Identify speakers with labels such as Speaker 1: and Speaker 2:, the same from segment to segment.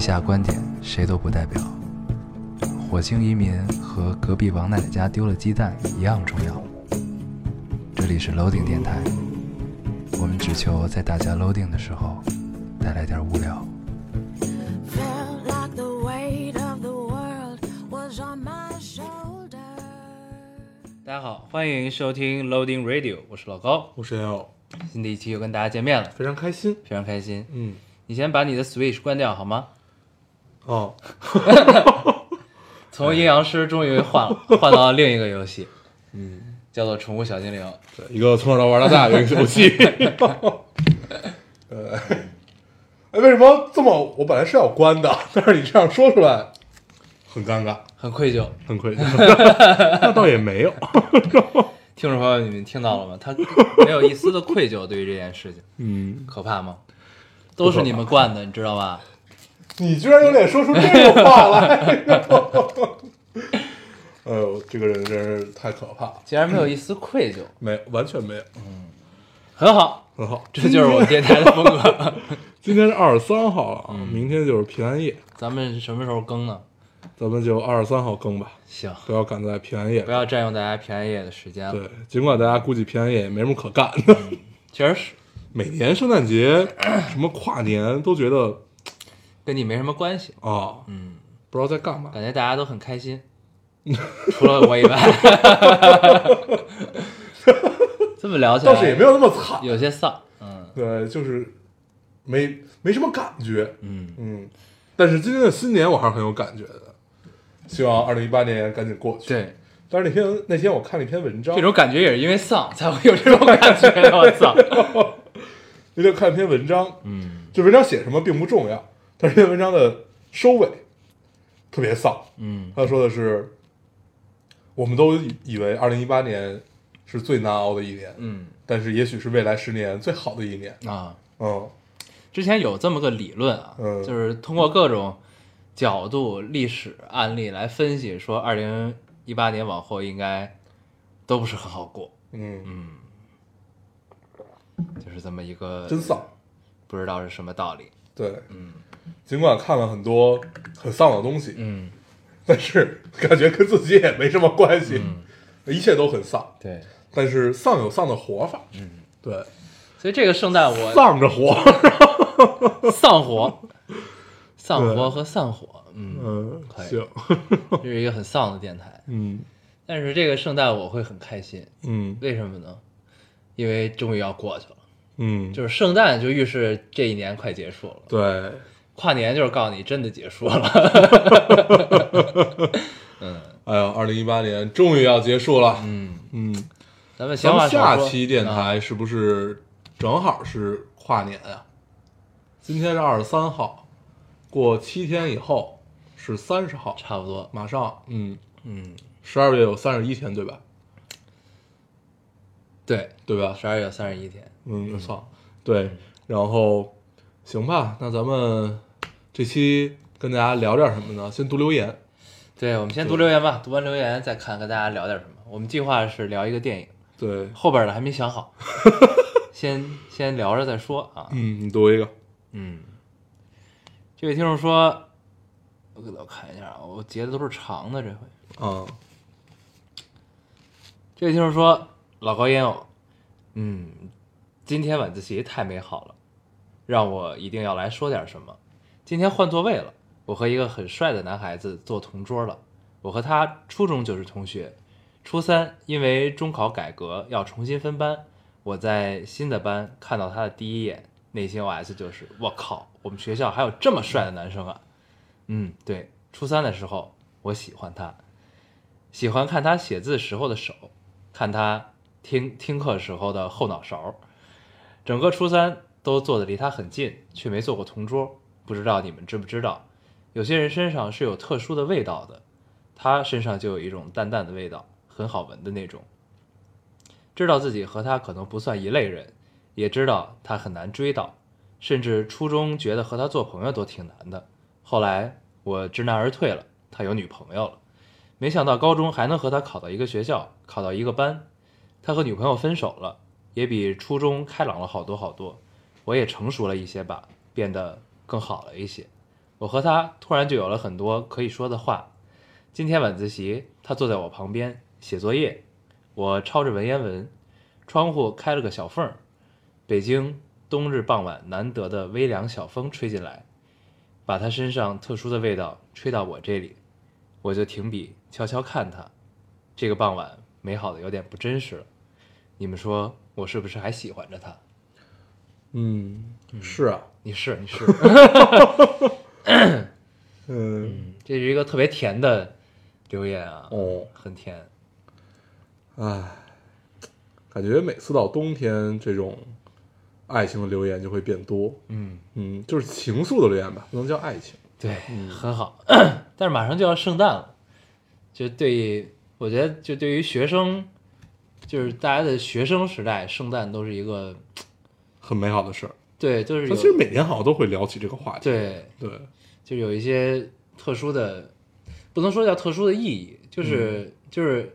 Speaker 1: 下观点谁都不代表。火星移民和隔壁王奶奶家丢了鸡蛋一样重要。这里是 Loading 电台，我们只求在大家 Loading 的时候带来点无聊。
Speaker 2: Felt like the weight of the world was on my shoulders.
Speaker 3: 大家好，欢迎收听 Loading Radio，我是老高。
Speaker 4: 我是 L，
Speaker 3: 新的一期又跟大家见面了，
Speaker 4: 非常开心。
Speaker 3: 非常开心。
Speaker 4: 嗯，
Speaker 3: 你先把你的 Switch 关掉好吗？
Speaker 4: 哦，
Speaker 3: 从阴阳师终于换 了，换到另一个游戏，嗯，叫做《宠物小精灵》。
Speaker 4: 对，一个从小到玩到 大的一个游戏。呃，哎，为什么这么？我本来是要关的，但是你这样说出来，很尴尬，
Speaker 3: 很愧疚，
Speaker 4: 很 愧疚。那倒也没有，
Speaker 3: 听众朋友，你们听到了吗？他 没有一丝的愧疚对于这件事情，
Speaker 4: 嗯，
Speaker 3: 可怕吗？都是你们惯的，你知道吧？
Speaker 4: 你居然有脸说出这种话来。 哎呦，这个人真是太可怕了，
Speaker 3: 竟然没有一丝愧疚，
Speaker 4: 没完全没有，
Speaker 3: 很好，
Speaker 4: 很好。
Speaker 3: 这就是我们电台的风格。
Speaker 4: 今天是二十三号了啊，明天就是平安夜，
Speaker 3: 咱们什么时候更呢？
Speaker 4: 咱们就二十三号更吧，
Speaker 3: 行，
Speaker 4: 不要赶在平安夜
Speaker 3: 不要占用大家平安夜的时间了。
Speaker 4: 对，尽管大家估计平安夜也没什么可干的，
Speaker 3: 确实是
Speaker 4: 每年圣诞节、 什么跨年都觉得
Speaker 3: 跟你没什么关系。
Speaker 4: 啊，
Speaker 3: 嗯，
Speaker 4: 不知道在干嘛。
Speaker 3: 感觉大家都很开心，除了我以外。 这么聊起来，
Speaker 4: 倒是也没有那么惨，
Speaker 3: 有些丧。嗯
Speaker 4: 对，就是没没什么感觉，
Speaker 3: 嗯，
Speaker 4: 嗯。但是今年的新年我还是很有感觉的，希望二零一八年赶紧过去。，
Speaker 3: 对，
Speaker 4: 但是那天那天我看了一篇文章，
Speaker 3: 这种感觉也是因为丧才会有这种感觉。我操，
Speaker 4: 那天看了一篇文章，
Speaker 3: 嗯
Speaker 4: 就文章写什么并不重要，但是这篇文章的收尾特别丧，
Speaker 3: 嗯
Speaker 4: 他说的是，我们都以以为二零一八年是最难熬的一年，
Speaker 3: 嗯
Speaker 4: 但是也许是未来十年最好的一年。
Speaker 3: 啊，
Speaker 4: 嗯，
Speaker 3: 之前有这么个理论啊，
Speaker 4: 嗯
Speaker 3: 就是通过各种角度、历史案例来分析，说二零一八年往后应该都不是很好过，
Speaker 4: 嗯，
Speaker 3: 就是这么一个
Speaker 4: 真丧。
Speaker 3: 不知道是什么道理。
Speaker 4: 对，嗯，尽管看了很多很丧的东西，
Speaker 3: 嗯，
Speaker 4: 但是感觉跟自己也没什么关系，一切都很丧。
Speaker 3: 对。
Speaker 4: 但是丧有丧的活法，嗯，对，
Speaker 3: 所以这个圣诞我
Speaker 4: 丧着活，
Speaker 3: 丧火， 丧
Speaker 4: 对
Speaker 3: 活和散伙，嗯，
Speaker 4: 嗯，
Speaker 3: 可以
Speaker 4: 行，
Speaker 3: 这是一个很丧的电台。
Speaker 4: 嗯
Speaker 3: 但是这个圣诞我会很开心，
Speaker 4: 嗯
Speaker 3: 为什么呢？因为终于要过去了，
Speaker 4: 嗯，
Speaker 3: 就是圣诞就预示这一年快结束了，
Speaker 4: 对，
Speaker 3: 跨年就是告诉你真的结束了。
Speaker 4: 哎呀，二零一八年终于要结束了，
Speaker 3: 嗯，
Speaker 4: 嗯，
Speaker 3: 咱们闲
Speaker 4: 咱
Speaker 3: 话
Speaker 4: 们
Speaker 3: 少
Speaker 4: 下
Speaker 3: 说
Speaker 4: 期电
Speaker 3: 啊
Speaker 4: 台是不是正好是跨年啊？今天是二十三号，过七天以后是三十号，
Speaker 3: 差不多，
Speaker 4: 马上，嗯，
Speaker 3: 嗯，
Speaker 4: 十二月有三十一天，对吧？
Speaker 3: 对，
Speaker 4: 对吧？
Speaker 3: 十二月三十一天，
Speaker 4: 嗯，操，对，然后行吧，那咱们这期跟大家聊点什么呢？先读留言，
Speaker 3: 对，我们先读留言吧，读完留言再看跟大家聊点什么。我们计划是聊一个电影，
Speaker 4: 对，
Speaker 3: 后边的还没想好， 先先聊着再说啊。
Speaker 4: 嗯，你读一个，
Speaker 3: 嗯，这位听众说，我给我看一下啊，我截的都是长的这回。
Speaker 4: 啊，
Speaker 3: 这位听众说，老高烟偶，嗯，今天晚自习太美好了，让我一定要来说点什么。今天换座位了，我和一个很帅的男孩子坐同桌了，我和他初中就是同学，初三因为中考改革要重新分班，我在新的班看到他的第一眼，内心 OS 就是我靠，我们学校还有这么帅的男生啊！嗯，对，初三的时候我喜欢他，喜欢看他写字时候的手，看他听听课时候的后脑勺。整个初三都坐得离他很近，却没坐过同桌。不知道你们知不知道，有些人身上是有特殊的味道的，他身上就有一种淡淡的味道，很好闻的那种。知道自己和他可能不算一类人，也知道他很难追到，甚至初中觉得和他做朋友都挺难的。后来我知难而退了，他有女朋友了。没想到高中还能和他考到一个学校，考到一个班。他和女朋友分手了，也比初中开朗了好多好多。我也成熟了一些吧，变得更好了一些。我和他突然就有了很多可以说的话。今天晚自习，他坐在我旁边写作业，我抄着文言文，窗户开了个小缝儿。北京冬日傍晚难得的微凉小风吹进来，把他身上特殊的味道吹到我这里，我就停笔悄悄看他。这个傍晚美好的有点不真实了，你们说我是不是还喜欢着他？
Speaker 4: 嗯，是啊，
Speaker 3: 你是你 是，
Speaker 4: 嗯，
Speaker 3: 这是一个特别甜的留言啊，
Speaker 4: 哦，
Speaker 3: 很甜。
Speaker 4: 唉，感觉每次到冬天，这种爱情的留言就会变多。
Speaker 3: 嗯，
Speaker 4: 嗯，就是情愫的留言吧，不能叫爱情。
Speaker 3: 对，很好。 但是马上就要圣诞了，就对于我觉得，就对于学生，就是大家的学生时代，圣诞都是一个
Speaker 4: 很美好的事儿。
Speaker 3: 对，就是
Speaker 4: 他
Speaker 3: 有
Speaker 4: 其实每年好像都会聊起这个话题。
Speaker 3: 对，
Speaker 4: 对，
Speaker 3: 就有一些特殊的，不能说叫特殊的意义，就是、就是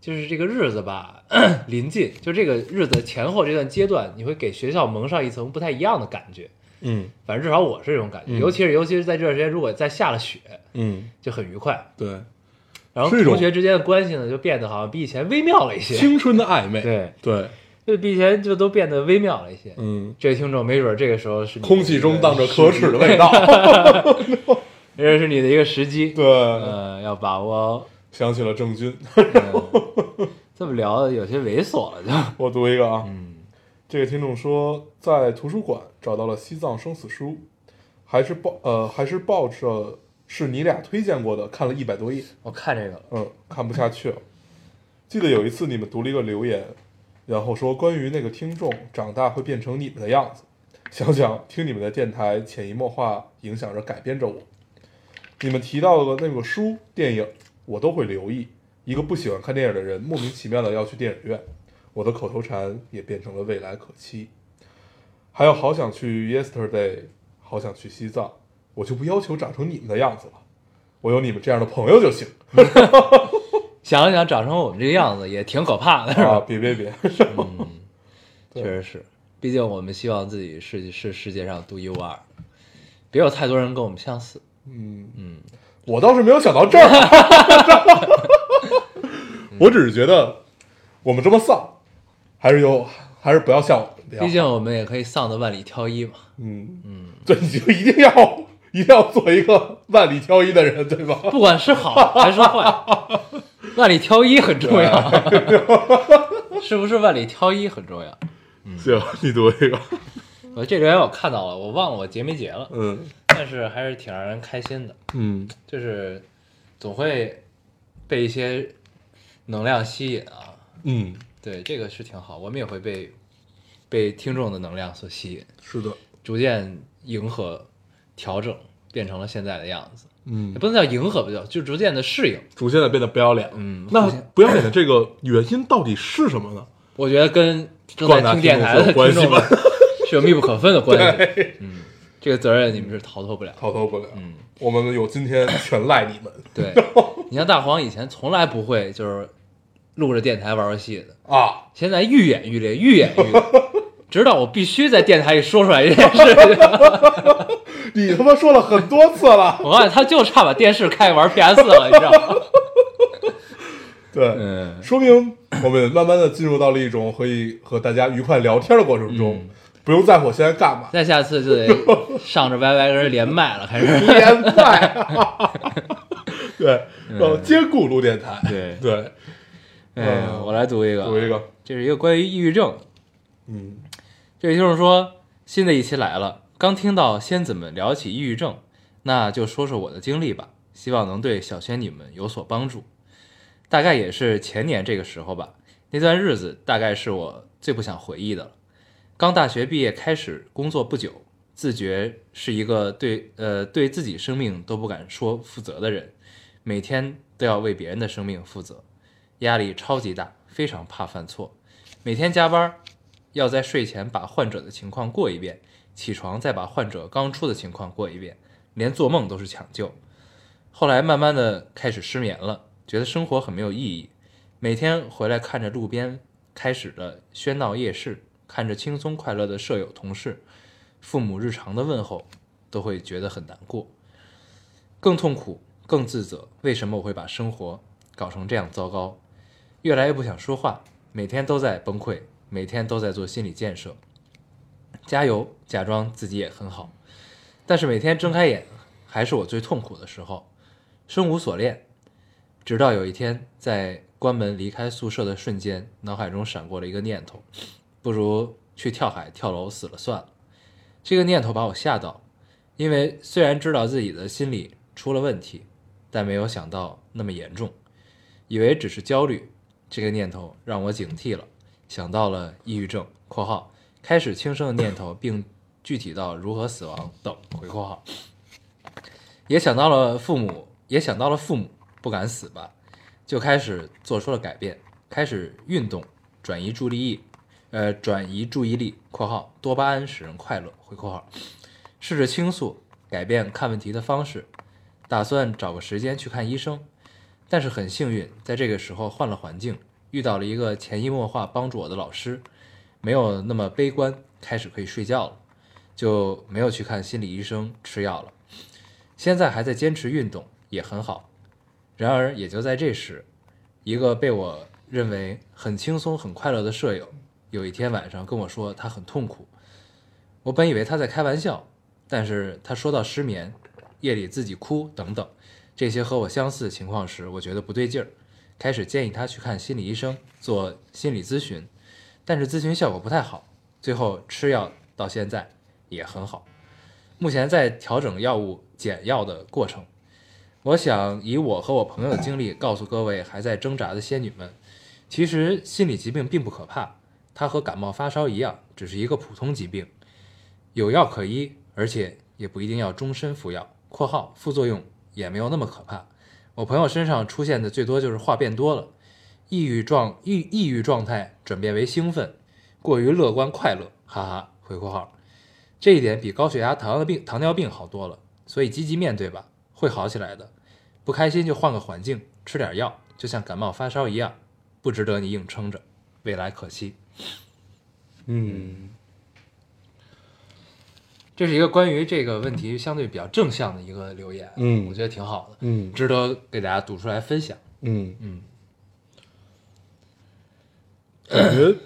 Speaker 3: 就是这个日子吧， 临近就这个日子前后这段阶段，你会给学校蒙上一层不太一样的感觉。
Speaker 4: 嗯
Speaker 3: 反正至少我是这种感觉，
Speaker 4: 嗯
Speaker 3: 尤其是尤其是在这段时间，如果再下了雪，
Speaker 4: 嗯，
Speaker 3: 就很愉快。
Speaker 4: 对，
Speaker 3: 然后
Speaker 4: 是一种
Speaker 3: 同学之间的关系呢，就变得好像比以前微妙了一些。
Speaker 4: 青春的暧 昧。
Speaker 3: 对，
Speaker 4: 对，
Speaker 3: 就比以前就都变得微妙了一些。
Speaker 4: 嗯，
Speaker 3: 这位听众没准这个时候是你的
Speaker 4: 空
Speaker 3: 一
Speaker 4: 气
Speaker 3: 个
Speaker 4: 中荡着
Speaker 3: 时
Speaker 4: 可
Speaker 3: 机
Speaker 4: 耻的味 道。
Speaker 3: 没准是你的一个时机。
Speaker 4: 对，
Speaker 3: 呃，要把握哦。
Speaker 4: 想起了郑钧。
Speaker 3: 这么聊的有些猥琐了，就
Speaker 4: 我读一个啊，
Speaker 3: 嗯
Speaker 4: 这个听众说，在图书馆找到了《西藏生死书》，还是抱呃还是抱着是你俩推荐过的，看了一百多页。
Speaker 3: 我看这个了，
Speaker 4: 嗯，看不下去了。记得有一次你们读了一个留言，然后说关于那个听众长大会变成你们的样子。想想听你们的电台，潜移默化影响着改变着我。你们提到的那个书、电影，我都会留意。一个不喜欢看电影的人，莫名其妙的要去电影院，我的口头禅也变成了未来可期。还有好想去 Yesterday，好想去西藏，我就不要求长成你们的样子了，我有你们这样的朋友就行。
Speaker 3: 想了想，长成我们这个样子也挺可怕的，是
Speaker 4: 啊，
Speaker 3: 吧？
Speaker 4: 别别别，
Speaker 3: 确实是，毕竟我们希望自己是是世界上独一无二的，别有太多人跟我们相似。
Speaker 4: 嗯
Speaker 3: 嗯，
Speaker 4: 我倒是没有想到这儿， 我只是觉得我们这么丧，还是有，还是不要像我们这样。
Speaker 3: 毕，竟我们也可以丧得万里挑一嘛。
Speaker 4: 嗯
Speaker 3: 嗯，
Speaker 4: 对，你就一定要 一定要做一个万里挑一的人，对吧？
Speaker 3: 不管是好还是坏，万里挑一很重要。 是不是万里挑一很重要？
Speaker 4: 行，你读一个，
Speaker 3: 我这留言我看到了，我忘了我截没截了，
Speaker 4: 嗯
Speaker 3: 但是还是挺让人开心的。
Speaker 4: 嗯
Speaker 3: 就是总会被一些能量吸引啊。
Speaker 4: 嗯，
Speaker 3: 对，这个是挺好，我们也会被被听众的能量所吸引，
Speaker 4: 是的，
Speaker 3: 逐渐迎合、调整，变成了现在的样子。
Speaker 4: 嗯
Speaker 3: 也，不能叫迎合，不叫，就逐渐的适应。
Speaker 4: 逐渐的变得不要脸。
Speaker 3: 嗯
Speaker 4: 那不要脸的这个原因到底是什么呢？
Speaker 3: 我觉得跟正
Speaker 4: 广
Speaker 3: 在
Speaker 4: 大
Speaker 3: 听电台的
Speaker 4: 听众
Speaker 3: 听
Speaker 4: 是有
Speaker 3: 众
Speaker 4: 关
Speaker 3: 们
Speaker 4: 系
Speaker 3: 是有密不可分的关系。嗯，这个责任你们是逃脱不了。
Speaker 4: 逃脱哎不了，
Speaker 3: 嗯，
Speaker 4: 我们有今天全赖你们
Speaker 3: 对，你像大黄以前从来不会就是录着电台玩游戏的，
Speaker 4: 啊。
Speaker 3: 现在愈演愈烈，愈演愈 烈，直到我必须在电台里说出来这件 事情。
Speaker 4: 你他妈说了很多次了。
Speaker 3: 我告诉你，他就差把电视开玩 PS 了，你知道吗？
Speaker 4: 对，
Speaker 3: 嗯
Speaker 4: 说明我们慢慢的进入到了一种可以和大家愉快聊天的过程中，
Speaker 3: 嗯
Speaker 4: 不用在乎我现在干嘛。
Speaker 3: 再下次就得上着 YY 跟人连麦了，开始。
Speaker 4: 连 麦，对，呃，兼顾录电台，
Speaker 3: 嗯对
Speaker 4: 对，
Speaker 3: 哎呀，我来读一个，
Speaker 4: 读一，个，
Speaker 3: 这是一个关于抑郁症的
Speaker 4: 嗯
Speaker 3: 这位听众说，新的一期来了，刚听到仙子们聊起抑郁症，那就说说我的经历吧，希望能对小仙女们有所帮助。大概也是前年这个时候吧，那段日子大概是我最不想回忆的了。刚大学毕业开始工作不久，自觉是一个对呃对自己生命都不敢说负责的人，每天都要为别人的生命负责，压力超级大，非常怕犯错，每天加班，要在睡前把患者的情况过一遍，起床再把患者刚出的情况过一遍，连做梦都是抢救。后来慢慢的开始失眠了，觉得生活很没有意义，每天回来看着路边开始的喧闹夜市，看着轻松快乐的舍友同事，父母日常的问候，都会觉得很难过。更痛苦，更自责。为什么我会把生活搞成这样糟糕？越来越不想说话，每天都在崩溃，每天都在做心理建设。加油，假装自己也很好，但是每天睁开眼还是我最痛苦的时候，生无所恋。直到有一天，在关门离开宿舍的瞬间，脑海中闪过了一个念头：不如去跳海、跳楼死了算了。这个念头把我吓到，因为虽然知道自己的心理出了问题，但没有想到那么严重，以为只是焦虑。这个念头让我警惕了，想到了抑郁症（括号开始轻生的念头，并具体到如何死亡等）回括号，也想到了父母，也想到了父母，不敢死吧，就开始做出了改变，开始运动，转移注意力，呃，转移注意力（括号多巴胺使人快乐）回括号，试着倾诉，改变看问题的方式，打算找个时间去看医生，但是很幸运，在这个时候换了环境，遇到了一个潜移默化帮助我的老师，没有那么悲观，开始可以睡觉了，就没有去看心理医生吃药了。现在还在坚持运动，也很好。然而，也就在这时，一个被我认为很轻松、很快乐的舍友，有一天晚上跟我说他很痛苦。我本以为他在开玩笑，但是他说到失眠、夜里自己哭等等这些和我相似的情况时，我觉得不对劲儿，开始建议他去看心理医生做心理咨询，但是咨询效果不太好，最后吃药到现在也很好，目前在调整药物减药的过程。我想以我和我朋友的经历告诉各位还在挣扎的仙女们，其实心理疾病并不可怕，它和感冒发烧一样，只是一个普通疾病，有药可医，而且也不一定要终身服药（括号副作用也没有那么可怕）。我朋友身上出现的最多就是话变多了，抑郁状抑抑郁状态转变为兴奋，过于乐观快乐，哈哈。回括号，这一点比高血压、糖尿病、糖尿病好多了，所以积极面对吧，会好起来的。不开心就换个环境，吃点药，就像感冒发烧一样，不值得你硬撑着，未来可期。
Speaker 4: 嗯，
Speaker 3: 这是一个关于这个问题相对比较正向的一个留言，
Speaker 4: 嗯
Speaker 3: 我觉得挺好的，
Speaker 4: 嗯
Speaker 3: 值得给大家读出来分享。
Speaker 4: 嗯
Speaker 3: 嗯，
Speaker 4: 感觉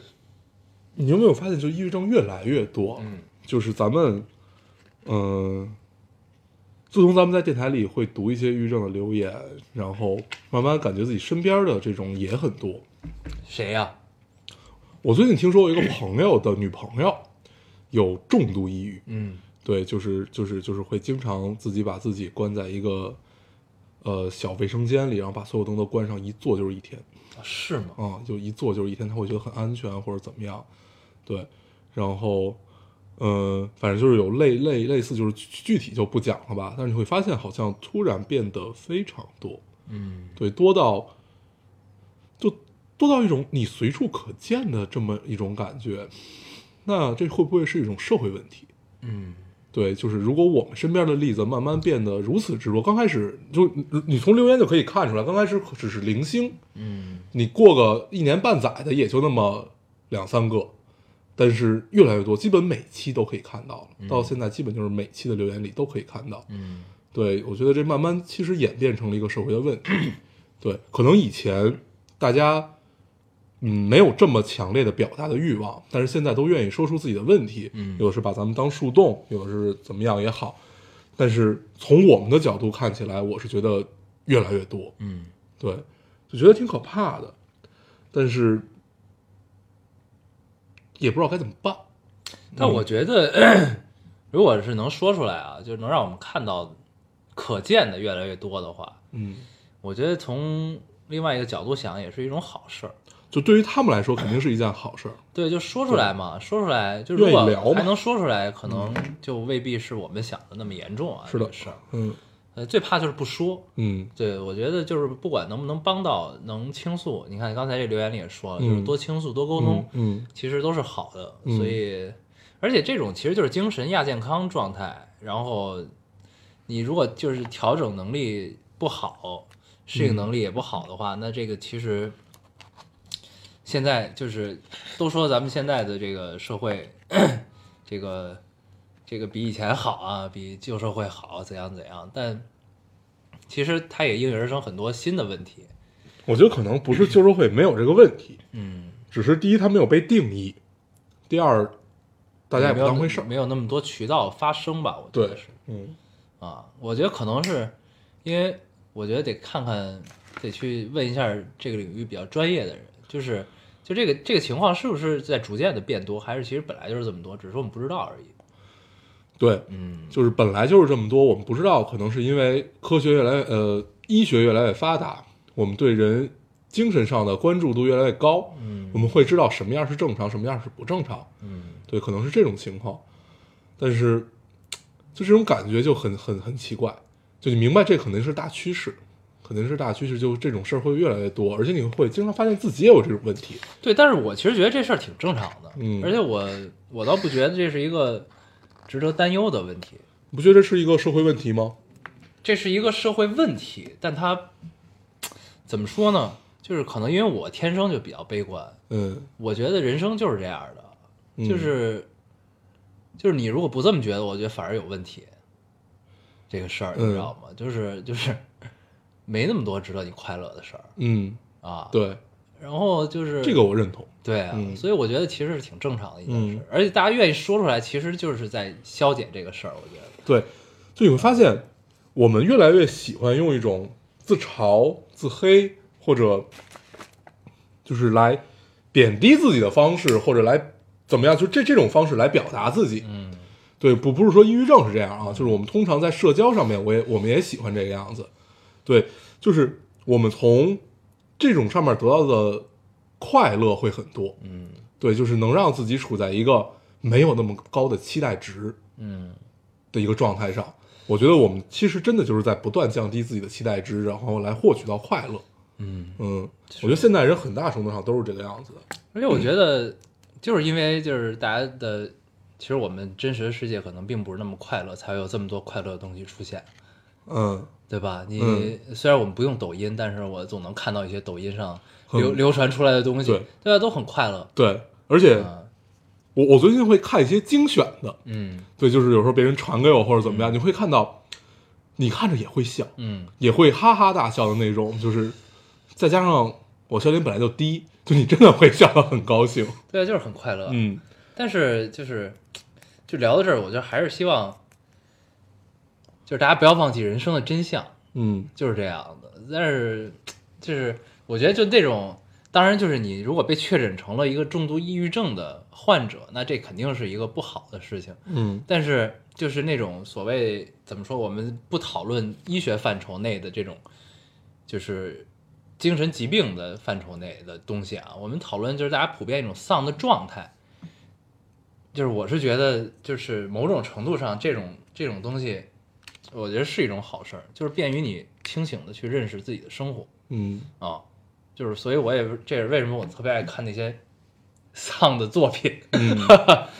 Speaker 4: 你有没有发现，就抑郁症越来越多？
Speaker 3: 嗯，
Speaker 4: 就是咱们，嗯、自从咱们在电台里会读一些抑郁症的留言，然后慢慢感觉自己身边的这种也很多。
Speaker 3: 谁呀、
Speaker 4: 我最近听说我一个朋友的女朋友有重度抑郁，
Speaker 3: 嗯
Speaker 4: 对，就是就是就是会经常自己把自己关在一个呃小卫生间里，然后把所有灯都关上，一坐就是一天。
Speaker 3: 是吗？
Speaker 4: 啊、就一坐就是一天，他会觉得很安全或者怎么样，对，然后，呃，反正就是有类类类似，就是具具体就不讲了吧。但是你会发现，好像突然变得非常多，
Speaker 3: 嗯
Speaker 4: 对，多到就多到一种你随处可见的这么一种感觉。那这会不会是一种社会问题？
Speaker 3: 嗯
Speaker 4: 对，就是如果我们身边的例子慢慢变得如此之多，刚开始就你你从留言就可以看出来，刚开始可只是零星，
Speaker 3: 嗯
Speaker 4: 你过个一年半载的也就那么两三个，但是越来越多，基本每期都可以看到了。到现在基本就是每期的留言里都可以看到。
Speaker 3: 嗯
Speaker 4: 对我觉得这慢慢其实演变成了一个社会的问题。 对，可能以前大家嗯没有这么强烈的表达的欲望，但是现在都愿意说出自己的问题。
Speaker 3: 嗯
Speaker 4: 有的是把咱们当树洞，有的是怎么样也好。但是从我们的角度看起来，我是觉得越来越多。
Speaker 3: 嗯，
Speaker 4: 对，就觉得挺可怕的，但是也不知道该怎么办。
Speaker 3: 但我觉得， 如果是能说出来啊，就是能让我们看到可见的越来越多的话，
Speaker 4: 嗯，
Speaker 3: 我觉得从另外一个角度想也是一种好事儿。
Speaker 4: 就对于他们来说，肯定是一件好事儿。
Speaker 3: 对，就说出来嘛，说出来，就
Speaker 4: 愿
Speaker 3: 如
Speaker 4: 意
Speaker 3: 果
Speaker 4: 聊嘛嗯
Speaker 3: 还能说出来，可能就未必是我们想的那么严重啊。
Speaker 4: 是
Speaker 3: 这
Speaker 4: 的
Speaker 3: 个事儿，
Speaker 4: 嗯
Speaker 3: 呃，最怕就是不说。
Speaker 4: 嗯
Speaker 3: 对，我觉得就是不管能不能帮到，能倾诉。你看刚才这留言里也说了，就是
Speaker 4: 嗯
Speaker 3: 多倾诉、多沟通
Speaker 4: 嗯，嗯
Speaker 3: 其实都是好的。
Speaker 4: 嗯
Speaker 3: 所以，而且这种其实就是精神亚健康状态。然后，你如果就是调整能力不好，适应能力也不好的话，那这个其实现在就是都说咱们现在的这个社会， 这个这个比以前好啊，比旧社会好，怎样怎样。但其实它也应运而生很多新的问题。
Speaker 4: 我觉得可能不是旧社会没有这个问题，
Speaker 3: 嗯，
Speaker 4: 只是第一它没有被定义，第二大家也
Speaker 3: 没
Speaker 4: 不
Speaker 3: 有
Speaker 4: 当回事儿。
Speaker 3: 没有那么多渠道发声吧？我觉得
Speaker 4: 对
Speaker 3: 是，
Speaker 4: 嗯，
Speaker 3: 啊，我觉得可能是因为我觉得得看看，得去问一下这个领域比较专业的人，就是就这个这个情况是不是在逐渐的变多，还是其实本来就是这么多，只是我们不知道而已。
Speaker 4: 对，
Speaker 3: 嗯
Speaker 4: 就是本来就是这么多，我们不知道，可能是因为科学越来越呃医学越来越发达，我们对人精神上的关注度越来越高，
Speaker 3: 嗯
Speaker 4: 我们会知道什么样是正常，什么样是不正常。
Speaker 3: 嗯，
Speaker 4: 对，可能是这种情况，但是就这种感觉就很很很奇怪，就你明白这肯定是大趋势，肯定是大趋势，就这种事儿会越来越多，而且你会经常发现自己也有这种问题，
Speaker 3: 对，但是我其实觉得这事儿挺正常的，
Speaker 4: 嗯
Speaker 3: 而且我我倒不觉得这是一个值得担忧的问题，
Speaker 4: 你不觉得这是一个社会问题吗？
Speaker 3: 这是一个社会问题，但它怎么说呢？就是可能因为我天生就比较悲观，
Speaker 4: 嗯，
Speaker 3: 我觉得人生就是这样的，
Speaker 4: 嗯
Speaker 3: 就是就是你如果不这么觉得，我觉得反而有问题。这个事儿
Speaker 4: 嗯
Speaker 3: 你知道吗？就是就是没那么多值得你快乐的事儿
Speaker 4: 嗯，
Speaker 3: 啊。，
Speaker 4: 对，
Speaker 3: 然后就是
Speaker 4: 这个我认同，
Speaker 3: 对啊，
Speaker 4: 嗯
Speaker 3: 所以我觉得其实是挺正常的一件事，
Speaker 4: 嗯
Speaker 3: 而且大家愿意说出来，其实就是在消解这个事儿。我觉得，
Speaker 4: 对，就你会发现我们越来越喜欢用一种自嘲、自黑或者就是来贬低自己的方式，或者来怎么样，就这这种方式来表达自己，
Speaker 3: 嗯
Speaker 4: 对，不不是说抑郁症是这样啊，就是我们通常在社交上面，我也我们也喜欢这个样子，对，就是我们从这种上面得到的快乐会很多，
Speaker 3: 嗯
Speaker 4: 对，就是能让自己处在一个没有那么高的期待值
Speaker 3: 嗯，
Speaker 4: 的一个状态上。我觉得我们其实真的就是在不断降低自己的期待值，然后来获取到快乐。
Speaker 3: 嗯，
Speaker 4: 嗯，我觉得现代人很大程度上都是这个样子的。
Speaker 3: 而且我觉得，就是因为就是大家的，其实我们真实的世界可能并不是那么快乐，才会有这么多快乐的东西出现，
Speaker 4: 嗯，
Speaker 3: 对吧？你、
Speaker 4: 嗯
Speaker 3: 虽然我们不用抖音，但是我总能看到一些抖音上
Speaker 4: 很
Speaker 3: 流流传出来的东西，
Speaker 4: 对
Speaker 3: 对吧？都很快乐。
Speaker 4: 对，而且
Speaker 3: 啊
Speaker 4: 我我最近会看一些精选的，
Speaker 3: 嗯
Speaker 4: 对，就是有时候别人传给我或者怎么样，你会看到，你看着也会笑，
Speaker 3: 嗯
Speaker 4: 也会哈哈大笑的那种，就是再加上我笑点本来就低，就你真的会笑得很高兴。
Speaker 3: 对啊，就是很快乐。
Speaker 4: 嗯
Speaker 3: 但是就是，就聊到这儿，我觉得还是希望，就是大家不要忘记人生的真相
Speaker 4: 嗯
Speaker 3: 就是这样的。但是，就是我觉得就那种，当然就是你如果被确诊成了一个重度抑郁症的患者，那这肯定是一个不好的事情。
Speaker 4: 嗯
Speaker 3: 但是就是那种所谓怎么说，我们不讨论医学范畴内的这种，就是精神疾病的范畴内的东西啊，我们讨论就是大家普遍一种丧的状态。就是我是觉得，就是某种程度上，这种这种东西，我觉得是一种好事儿，就是便于你清醒的去认识自己的生活
Speaker 4: 嗯，
Speaker 3: 啊。就是所以我也这也是为什么我特别爱看那些丧的作品，
Speaker 4: 嗯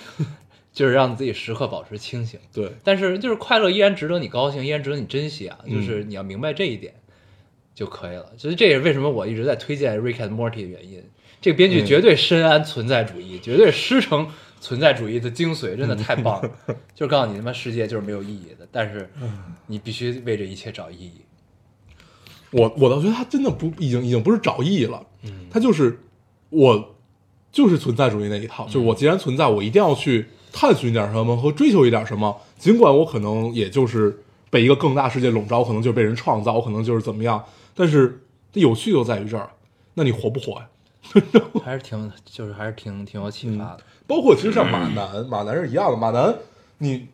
Speaker 3: 就是让自己时刻保持清醒。
Speaker 4: 对，
Speaker 3: 但是就是快乐依然值得你高兴，依然值得你珍惜啊！
Speaker 4: 嗯
Speaker 3: 就是你要明白这一点就可以了。所以这也是为什么我一直在推荐《Rick and Morty》的原因。这个编剧
Speaker 4: 嗯
Speaker 3: 绝对深谙存在主义，绝对师承存在主义的精髓，真的太棒 了！就是告诉你，他妈世界就是没有意义的，但是
Speaker 4: 嗯
Speaker 3: 你必须为这一切找意义。
Speaker 4: 我我倒觉得他真的不已经已经不是找意义了，嗯，他就是我就是存在主义那一套，就是我既然存在，我一定要去探寻一点什么和追求一点什么，尽管我可能也就是被一个更大世界笼罩，我可能就是被人创造，我可能就是怎么样，但是有趣就在于这儿，那你活不活呀？
Speaker 3: 还是挺，就是还是挺挺有启发的。
Speaker 4: 包括其实像马南，马南是一样的。马南，你，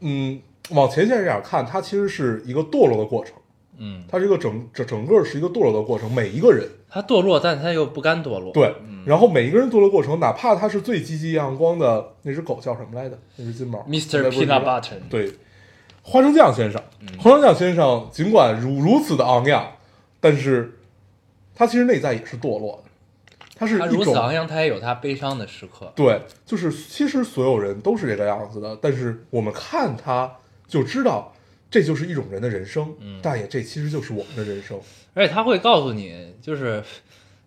Speaker 4: 嗯，往前线这样看，它其实是一个堕落的过程，
Speaker 3: 嗯，
Speaker 4: 它是一个整整整个是一个堕落的过程。每一个人，
Speaker 3: 他堕落，但他又不甘堕落。
Speaker 4: 对，
Speaker 3: 嗯
Speaker 4: 然后每一个人堕落过程，哪怕他是最积极阳光的那只狗叫什么来着？那只金毛
Speaker 3: ，Mr.
Speaker 4: 那不是
Speaker 3: Peanut Butter，嗯
Speaker 4: 对，花生酱先生，花生酱先生尽管如如此的昂扬，但是他其实内在也是堕落的，他是
Speaker 3: 他
Speaker 4: 一
Speaker 3: 如此
Speaker 4: 种
Speaker 3: 昂扬，他也有他悲伤的时刻。
Speaker 4: 对，就是其实所有人都是这个样子的，但是我们看他就知道，这就是一种人的人生，
Speaker 3: 嗯
Speaker 4: 但也这其实就是我们的人生，
Speaker 3: 而且他会告诉你，就是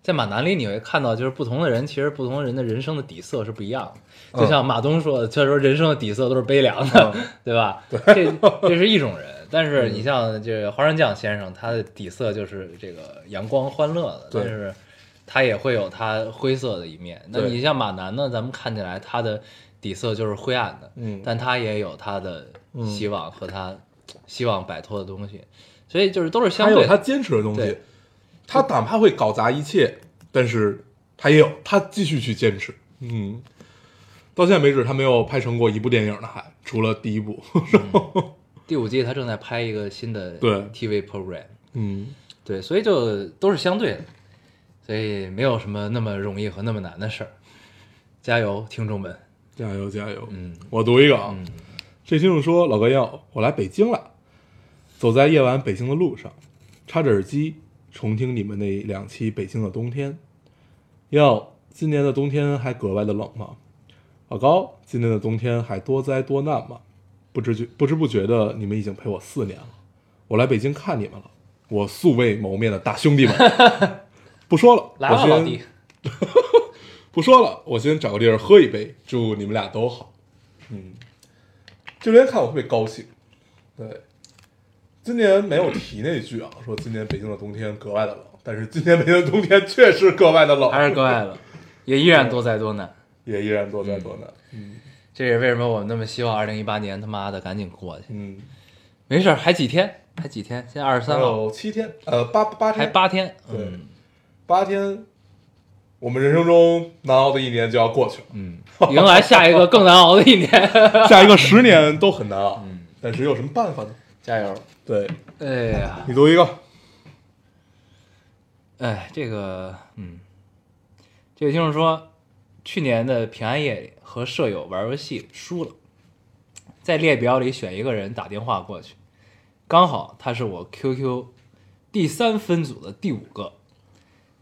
Speaker 3: 在马南里你会看到，就是不同的人，其实不同人的人生的底色是不一样
Speaker 4: 嗯
Speaker 3: 的。就像马东说的，他说人生的底色都是悲凉的，对吧？对，这这是一种人。但是你像这个花生酱先生，他的底色就是这个阳光欢乐的，
Speaker 4: 对
Speaker 3: 但是他也会有他灰色的一面。那
Speaker 4: 对
Speaker 3: 你像马南呢，咱们看起来他的底色就是灰暗的，
Speaker 4: 嗯
Speaker 3: 但他也有他的希望和他希望摆脱的东西，所以就是都是
Speaker 4: 他
Speaker 3: 相
Speaker 4: 有
Speaker 3: 对
Speaker 4: 他坚持的东西
Speaker 3: 对，
Speaker 4: 他哪怕会搞砸一切，但是他也有他继续去坚持。嗯，到现在为止，他没有拍成过一部电影呢，还除了第一部。
Speaker 3: 嗯第五季他正在拍一个新的
Speaker 4: 对
Speaker 3: TV program，
Speaker 4: 嗯，
Speaker 3: 对，所以就都是相对的，所以没有什么那么容易和那么难的事儿。加油，听众们！
Speaker 4: 加油加油！
Speaker 3: 嗯，
Speaker 4: 我读一个啊，这听众说：“老哥要我来北京了，走在夜晚北京的路上，插着耳机重听你们那两期《北京的冬天》。哟，今年的冬天还格外的冷吗？老高，今年的冬天还多灾多难吗？不知觉不知不觉的，你们已经陪我四年了。我来北京看你们了，我素未谋面的大兄弟们。 不说了，
Speaker 3: 来吧，
Speaker 4: 我
Speaker 3: 老
Speaker 4: 先
Speaker 3: 弟。
Speaker 4: 不说了，我先找个地儿喝一杯，祝你们俩都好。嗯，就连看我特别高兴。对，今年没有提那句啊，说今年北京的冬天格外的冷，但是今年北京的冬天确实格外的冷，
Speaker 3: 还是割爱了，也依然多灾多难。
Speaker 4: 也依然多灾多难。
Speaker 3: 这也是为什么我们那么希望二零一八年他妈的赶紧过去。
Speaker 4: 嗯，
Speaker 3: 没事儿，还几天，还几天，现在二十
Speaker 4: 还
Speaker 3: 三号，
Speaker 4: 有七天，呃，八八
Speaker 3: 还
Speaker 4: 天，
Speaker 3: 八天。
Speaker 4: 对
Speaker 3: 嗯
Speaker 4: 八天，我们人生中难熬的一年就要过去了。
Speaker 3: 嗯，迎来下一个更难熬的 一年。
Speaker 4: 下一个十年都很难熬，嗯但是有什么办法呢？
Speaker 3: 加油！
Speaker 4: 对
Speaker 3: 哎呀，
Speaker 4: 你读一个，
Speaker 3: 哎，这个，嗯，这个听众说，去年的平安夜里和舍友玩游戏输了，在列表里选一个人打电话过去，刚好他是我 QQ 第三分组的第五个，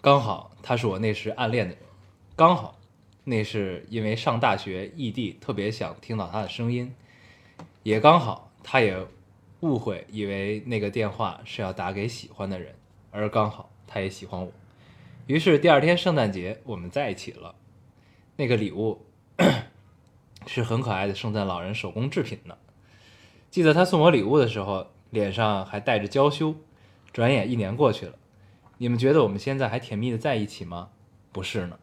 Speaker 3: 刚好他是我那时暗恋的人，刚好那是因为上大学异地，特别想听到他的声音，也刚好他也误会，以为那个电话是要打给喜欢的人，而刚好他也喜欢我，于是第二天圣诞节我们在一起了。那个礼物 是很可爱的圣诞老人手工制品呢。记得他送我礼物的时候，脸上还带着娇羞。转眼一年过去了，你们觉得我们现在还甜蜜的在一起吗？不是呢。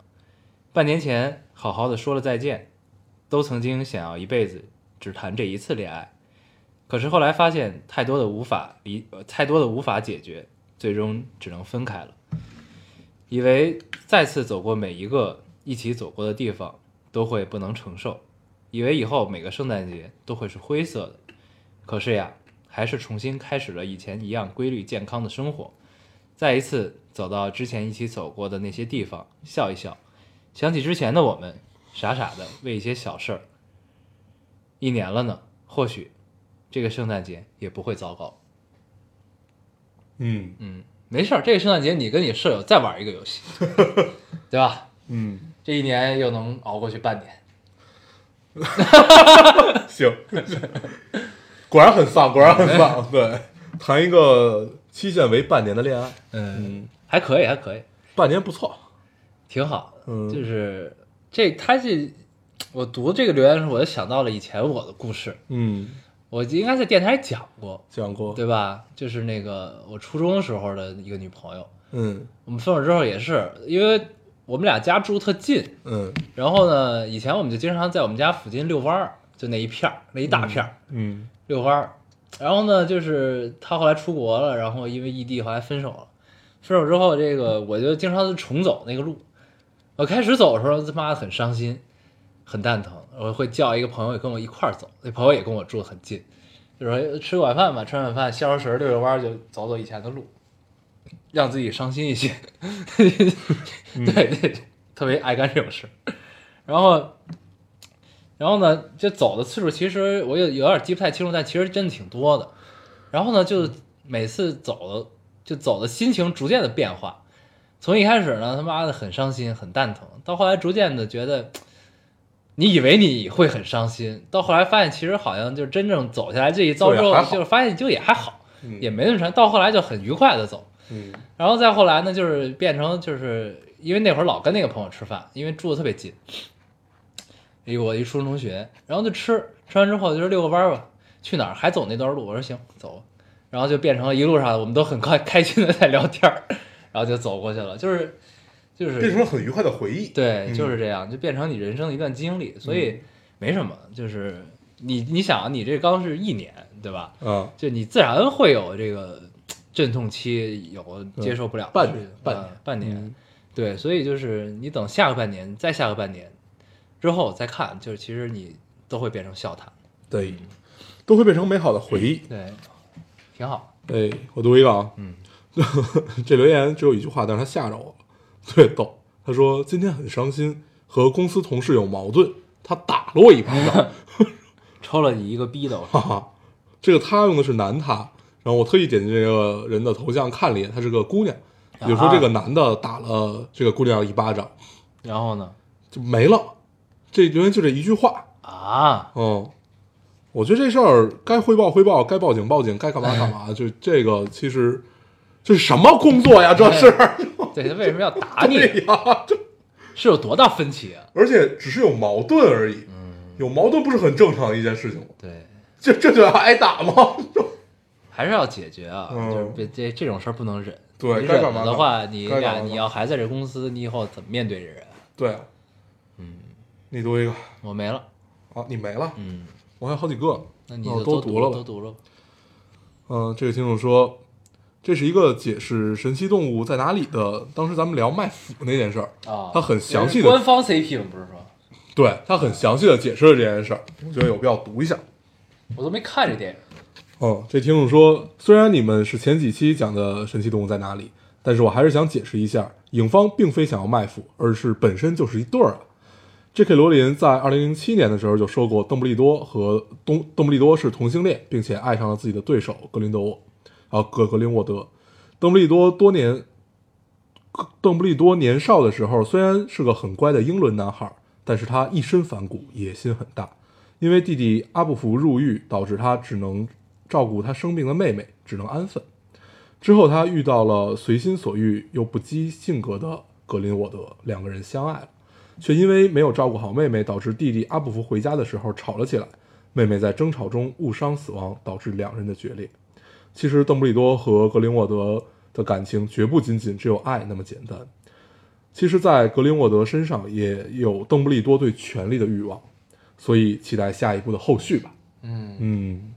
Speaker 3: 半年前好好的说了再见，都曾经想要一辈子只谈这一次恋爱，可是后来发现太多的无法理，呃太多的无法解决，最终只能分开了。以为再次走过每一个一起走过的地方都会不能承受，以为以后每个圣诞节都会是灰色的，可是呀，还是重新开始了以前一样规律健康的生活，再一次走到之前一起走过的那些地方，笑一笑，想起之前的我们，傻傻的为一些小事儿。一年了呢，或许这个圣诞节也不会糟糕。
Speaker 4: 嗯
Speaker 3: 嗯，没事儿，这个圣诞节你跟你舍友再玩一个游 戏，对吧？
Speaker 4: 嗯。
Speaker 3: 这一年又能熬过去半年。
Speaker 4: 行， 果然很丧，果然很丧。 对，谈一个期限为半年的恋爱，
Speaker 3: 嗯，还可以，还可以，
Speaker 4: 半年不错。
Speaker 3: 挺好的。
Speaker 4: 嗯
Speaker 3: 就是这，他这，我读这个留言的时候，我就想到了以前我的故事，
Speaker 4: 嗯，
Speaker 3: 我应该在电台讲过，
Speaker 4: 讲过。
Speaker 3: 对吧？就是那个我初中时候的一个女朋友，
Speaker 4: 嗯
Speaker 3: 我们分手之后也是，因为我们俩家住特近，
Speaker 4: 嗯
Speaker 3: 然后呢，以前我们就经常在我们家附近遛弯儿，就那一片儿，那一大片儿、
Speaker 4: 嗯
Speaker 3: 遛弯儿。然后呢，就是他后来出国了，然后因为异地后来分手了。分手之后，这个我就经常是重走那个路。我开始走的时候，他妈的很伤心，很蛋疼。我会叫一个朋友跟我一块儿走，那朋友也跟我住得很近，就说哎吃个晚饭吧，吃完晚饭消消食，遛遛弯儿，就走走以前的路，让自己伤心一些。
Speaker 4: 嗯
Speaker 3: 对对，特别爱干这种事。然后然后呢，这走的次数其实我也有点记不太清楚，但其实真的挺多的。然后呢，就每次走的就走的心情逐渐的变化，从一开始呢，他妈的很伤心很蛋疼，到后来逐渐的觉得，你以为你会很伤心，到后来发现其实好像就真正走下来这一遭之
Speaker 4: 就也还
Speaker 3: 后，
Speaker 4: 好
Speaker 3: 就是发现就也还好，
Speaker 4: 嗯
Speaker 3: 也没那么伤。到后来就很愉快的走，
Speaker 4: 嗯
Speaker 3: 然后再后来呢，就是变成就是因为那会儿老跟那个朋友吃饭，因为住的特别近，一我一初中同学，然后就吃，吃完之后就说遛个弯儿吧，去哪儿还走那段路，我说行，走吧，然后就变成了一路上我们都很快开心的在聊天儿，然后就走过去了，就是就是
Speaker 4: 变成了很愉快的回忆。
Speaker 3: 对，
Speaker 4: 嗯
Speaker 3: 就是这样，就变成你人生的一段经历，所以没什么，就是你你想，你这刚是一年，对吧？
Speaker 4: 啊，
Speaker 3: 就你自然会有这个嘖阵痛期，有接受不了的
Speaker 4: 嗯半
Speaker 3: 事
Speaker 4: 年
Speaker 3: 情
Speaker 4: 半
Speaker 3: 呃
Speaker 4: 年嗯
Speaker 3: 半年，对，所以就是你等下个半年，再下个半年之后再看，就是其实你都会变成笑谈，
Speaker 4: 对，都会变成美好的回忆。
Speaker 3: 对，挺好。
Speaker 4: 哎，我读一个啊，
Speaker 3: 嗯，
Speaker 4: 这留言只有一句话，但是他吓着我了，特别逗。他说今天很伤心，和公司同事有矛盾，他打了我一巴掌。
Speaker 3: 抽了你一个逼斗，
Speaker 4: 哈哈，这个他用的是男他，然后我特意点进这个人的头像看了一眼，她是个姑娘，也就是说这个男的打了这个姑娘一巴掌
Speaker 3: 然后呢？
Speaker 4: 就没了，这留言就这一句话，
Speaker 3: 啊，
Speaker 4: 嗯。我觉得这事儿该汇报汇报，该报警报警，该干嘛干嘛。就这个，其实这是什么工作呀？这是
Speaker 3: 对，他为什么要打你？
Speaker 4: 对呀，这
Speaker 3: 是有多大分歧啊？
Speaker 4: 而且只是有矛盾而已，有矛盾不是很正常的一件事情吗？
Speaker 3: 对。
Speaker 4: 这这就要挨打吗？
Speaker 3: 还是要解决啊，
Speaker 4: 嗯
Speaker 3: 就是别这这种事儿不能忍。
Speaker 4: 对
Speaker 3: 你
Speaker 4: 该
Speaker 3: 忍
Speaker 4: 干嘛
Speaker 3: 了
Speaker 4: 干
Speaker 3: 的
Speaker 4: 嘛
Speaker 3: 话，你
Speaker 4: 该干嘛
Speaker 3: 俩
Speaker 4: 干嘛
Speaker 3: 你要还在这公司，你以后怎么面对人？
Speaker 4: 对啊，嗯，你读一个
Speaker 3: 我没了，
Speaker 4: 啊，你没了，
Speaker 3: 嗯，
Speaker 4: 我还有好几个，
Speaker 3: 那你
Speaker 4: 那
Speaker 3: 就
Speaker 4: 我哦都
Speaker 3: 读
Speaker 4: 读了吧
Speaker 3: 都读了吧。
Speaker 4: 嗯，这个听众说，这是一个解释神奇动物在哪里的。当时咱们聊卖腐那件事儿，
Speaker 3: 啊，
Speaker 4: 他很详细地
Speaker 3: 官方 CP 吗？不是说，
Speaker 4: 对他很详细的解释了这件事儿，我觉得有必要读一下。
Speaker 3: 我都没看这电影。
Speaker 4: 嗯，这听众说，虽然你们是前几期讲的神奇动物在哪里，但是我还是想解释一下，影方并非想要卖腐，而是本身就是一对儿啊。J.K. 罗琳在2007年的时候就说过，邓布利多和东邓布利多是同性恋，并且爱上了自己的对手格林德沃，啊格格林沃德。邓布利多多年，格邓布利多年少的时候虽然是个很乖的英伦男孩，但是他一身反骨，野心很大。因为弟弟阿布福入狱，导致他只能照顾他生病的妹妹，只能安分。之后，他遇到了随心所欲又不羁性格的格林沃德，两个人相爱了，却因为没有照顾好妹妹，导致弟弟阿布福回家的时候吵了起来，妹妹在争吵中误伤死亡，导致两人的决裂。其实，邓布利多和格林沃德的感情绝不仅仅只有爱那么简单。其实，在格林沃德身上也有邓布利多对权力的欲望，所以期待下一步的后续吧。
Speaker 3: 嗯，
Speaker 4: 嗯，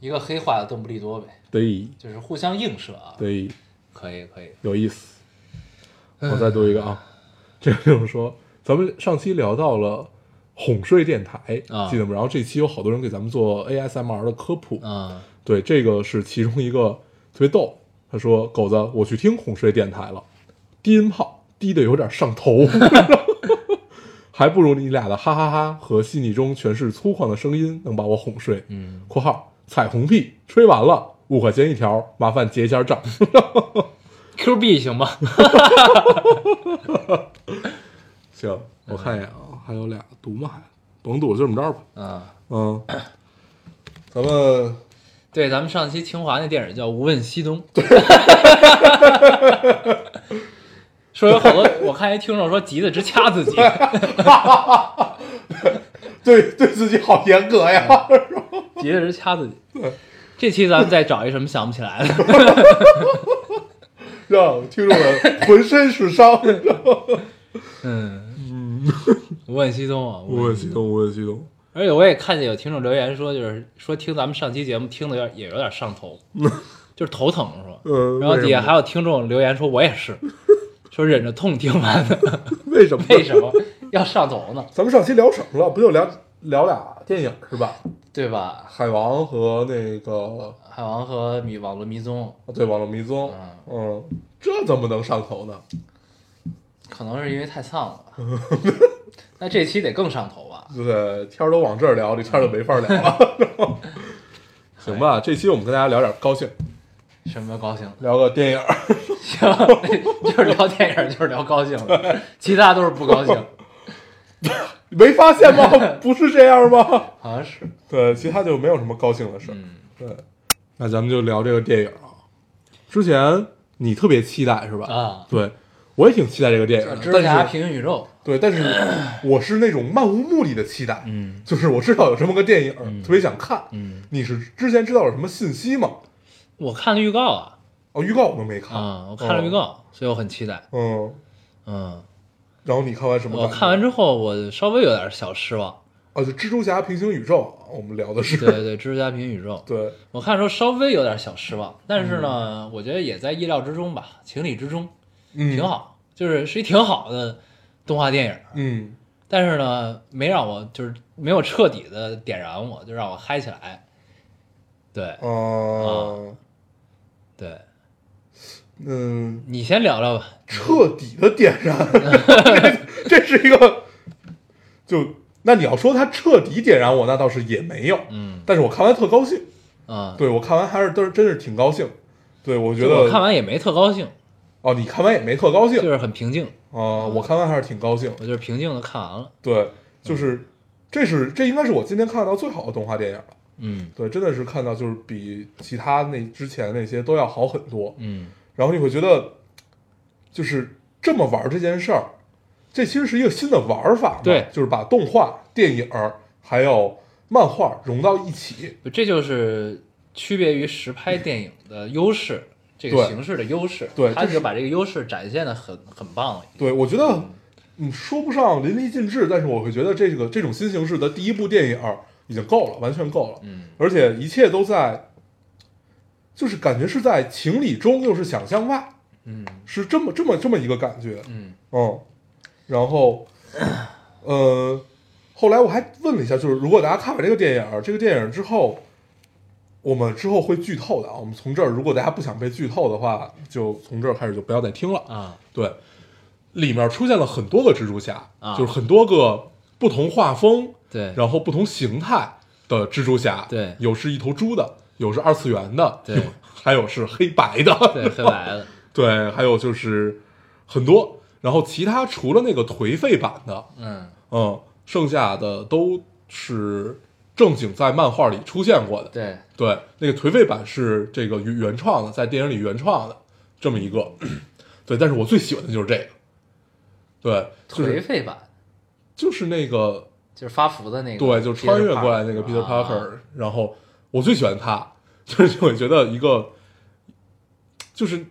Speaker 3: 一个黑化的邓布利多呗，
Speaker 4: 对
Speaker 3: 就是互相映射啊。，
Speaker 4: 对，
Speaker 3: 可以可以。
Speaker 4: 有意思。我再读一个啊， 这个就是说，咱们上期聊到了哄睡电台，
Speaker 3: 啊
Speaker 4: 记得吗？然后这期有好多人给咱们做 ASMR 的科普，
Speaker 3: 嗯，
Speaker 4: 对，这个是其中一个特别逗。他说：“狗子，我去听哄睡电台了，低音炮低的有点上头， 还不如你俩的哈哈哈和细腻中全是粗犷的声音能把我哄睡。”嗯，括号彩虹屁吹完了，五块钱一条，麻烦结一下账。
Speaker 3: Q B 行吗？
Speaker 4: 行，我看一眼啊，还有俩读吗？还甭读了，就这么着吧。
Speaker 3: 嗯，
Speaker 4: 嗯， 咱们
Speaker 3: 对，咱们上期清华那电影叫《无问西东》， 说有好多，我看一听众说急得直掐自己。
Speaker 4: 对对自己好严格呀。
Speaker 3: 急的是掐自己。这期咱们再找一什么想不起来的，
Speaker 4: 让听众们浑身是伤。
Speaker 3: 嗯，无问西东啊，
Speaker 4: 我很激动，我很激动。
Speaker 3: 而且我也看见有听众留言说，就是说听咱们上期节目听的有点也有点上头， 就是头疼说，
Speaker 4: 呃，
Speaker 3: 然后底
Speaker 4: 嗯为什
Speaker 3: 下
Speaker 4: 么
Speaker 3: 还有听众留言说我也是， 说忍着痛听完的，
Speaker 4: 为什么？
Speaker 3: 为什么要上头呢？
Speaker 4: 咱们上期聊什么了？不就聊聊俩电影是吧？
Speaker 3: 对吧？
Speaker 4: 海王和那个啊
Speaker 3: 海王和迷网络迷踪，
Speaker 4: 对《网络迷踪》嗯，这怎么能上头呢？
Speaker 3: 可能是因为太丧了， 那这期得更上头吧？
Speaker 4: 对，天儿都往这儿聊，这天儿就没法聊了。 行吧，这期我们跟大家聊点高兴，
Speaker 3: 什么高兴？
Speaker 4: 聊个电影儿。
Speaker 3: 行，就是聊电影，就是聊高兴的，其他都是不高兴。
Speaker 4: 你没发现 吗？不是这样吗？
Speaker 3: 好像是，
Speaker 4: 对，其他就没有什么高兴的事儿。
Speaker 3: 嗯，
Speaker 4: 对，那咱们就聊这个电影啊。之前你特别期待是吧？
Speaker 3: 啊
Speaker 4: 对，我也挺期待这个电影的。
Speaker 3: 蜘蛛侠
Speaker 4: 但是
Speaker 3: 平行宇宙
Speaker 4: 对，但是 我是那种漫无目的的期待，
Speaker 3: 嗯
Speaker 4: 就是我知道有这么个电影，特别想看。
Speaker 3: 嗯，
Speaker 4: 你是之前知道有什么信息吗？
Speaker 3: 我看了预告啊，
Speaker 4: 哦，预告我都没看。哦
Speaker 3: 啊，我看了预告，所以我很期待。
Speaker 4: 嗯，
Speaker 3: 嗯，
Speaker 4: 然后你看完什么
Speaker 3: 我
Speaker 4: 感觉？
Speaker 3: 看完之后，我稍微有点小失 望。
Speaker 4: 啊，就蜘蛛侠平行宇宙，我们聊的是
Speaker 3: 对对，蜘蛛侠平行宇宙，
Speaker 4: 对
Speaker 3: 我看的时候稍微有点小失望，但是呢，我觉得也在意料之中吧，情理之中，
Speaker 4: 嗯，
Speaker 3: 挺。好，就是是一挺好的动画电影。
Speaker 4: 嗯，
Speaker 3: 但是呢，没让我就是没有彻底的点燃我，就让我嗨起来。对
Speaker 4: 啊、呃，
Speaker 3: 对，
Speaker 4: 嗯，
Speaker 3: 你先聊聊吧。
Speaker 4: 彻底的点燃， 这这是一个，就那你要说他彻底点燃我，那倒是也没有，
Speaker 3: 嗯
Speaker 4: 但是我看完特高兴，
Speaker 3: 啊，
Speaker 4: 对我看完还是真真是挺高兴，对我觉
Speaker 3: 就
Speaker 4: 得
Speaker 3: 我看完也没特高兴，
Speaker 4: 哦，你看完也没特高兴
Speaker 3: 就
Speaker 4: 啊、
Speaker 3: 是很平静，
Speaker 4: 我看完还是挺高兴，
Speaker 3: 我就是平静的看完了。
Speaker 4: 对，就是这是这应该是我今天看到最好的动画电影了，
Speaker 3: 嗯
Speaker 4: 对，真的是看到就是比其他那之前那些都要好很多，
Speaker 3: 嗯
Speaker 4: 然后你会觉得，就是这么玩儿这件事儿，这其实是一个新的玩儿法嘛，
Speaker 3: 对
Speaker 4: 就是把动画、电影儿还有漫画融到一起，
Speaker 3: 这就是区别于实拍电影的优势，这个
Speaker 4: 对
Speaker 3: 形式的优势。
Speaker 4: 对
Speaker 3: 他
Speaker 4: 这
Speaker 3: 就是把这个优势展现的很很棒了。
Speaker 4: 对，我觉得嗯说不上淋漓尽致，但是我会觉得这个这种新形式的第一部电影儿已经够了，完全够了。
Speaker 3: 嗯
Speaker 4: 而且一切都在，就是感觉是在情理中，又是想象外，
Speaker 3: 嗯
Speaker 4: 是这么这么这么一个感觉。
Speaker 3: 嗯
Speaker 4: 嗯，然后，呃，后来我还问了一下，就是如果大家看完这个电影儿，这个电影儿之后，我们之后会剧透的啊。我们从这儿，如果大家不想被剧透的话，就从这儿开始就不要再听了。
Speaker 3: 啊
Speaker 4: 对，里面出现了很多个蜘蛛侠，
Speaker 3: 啊
Speaker 4: 就是很多个不同画风，
Speaker 3: 对
Speaker 4: 然后不同形态的蜘蛛侠，
Speaker 3: 对
Speaker 4: 有是一头猪的，有是二次元的，
Speaker 3: 对
Speaker 4: 有还有是黑白的，
Speaker 3: 对黑白的
Speaker 4: 对，还有就是很多，然后其他除了那个颓废版的，
Speaker 3: 嗯
Speaker 4: 嗯，剩下的都是正经在漫画里出现过的。
Speaker 3: 对
Speaker 4: 对，那个颓废版是这个原原创的，在电影里原创的这么一个。对，但是我最喜欢的就是这个，对，就
Speaker 3: 颓
Speaker 4: 是
Speaker 3: 废版
Speaker 4: 就是那个
Speaker 3: 就是发福的那个，
Speaker 4: 对，就穿越过来那个 Peter
Speaker 3: 啊
Speaker 4: Parker，、然后我最喜欢他，就是我觉得一个，就是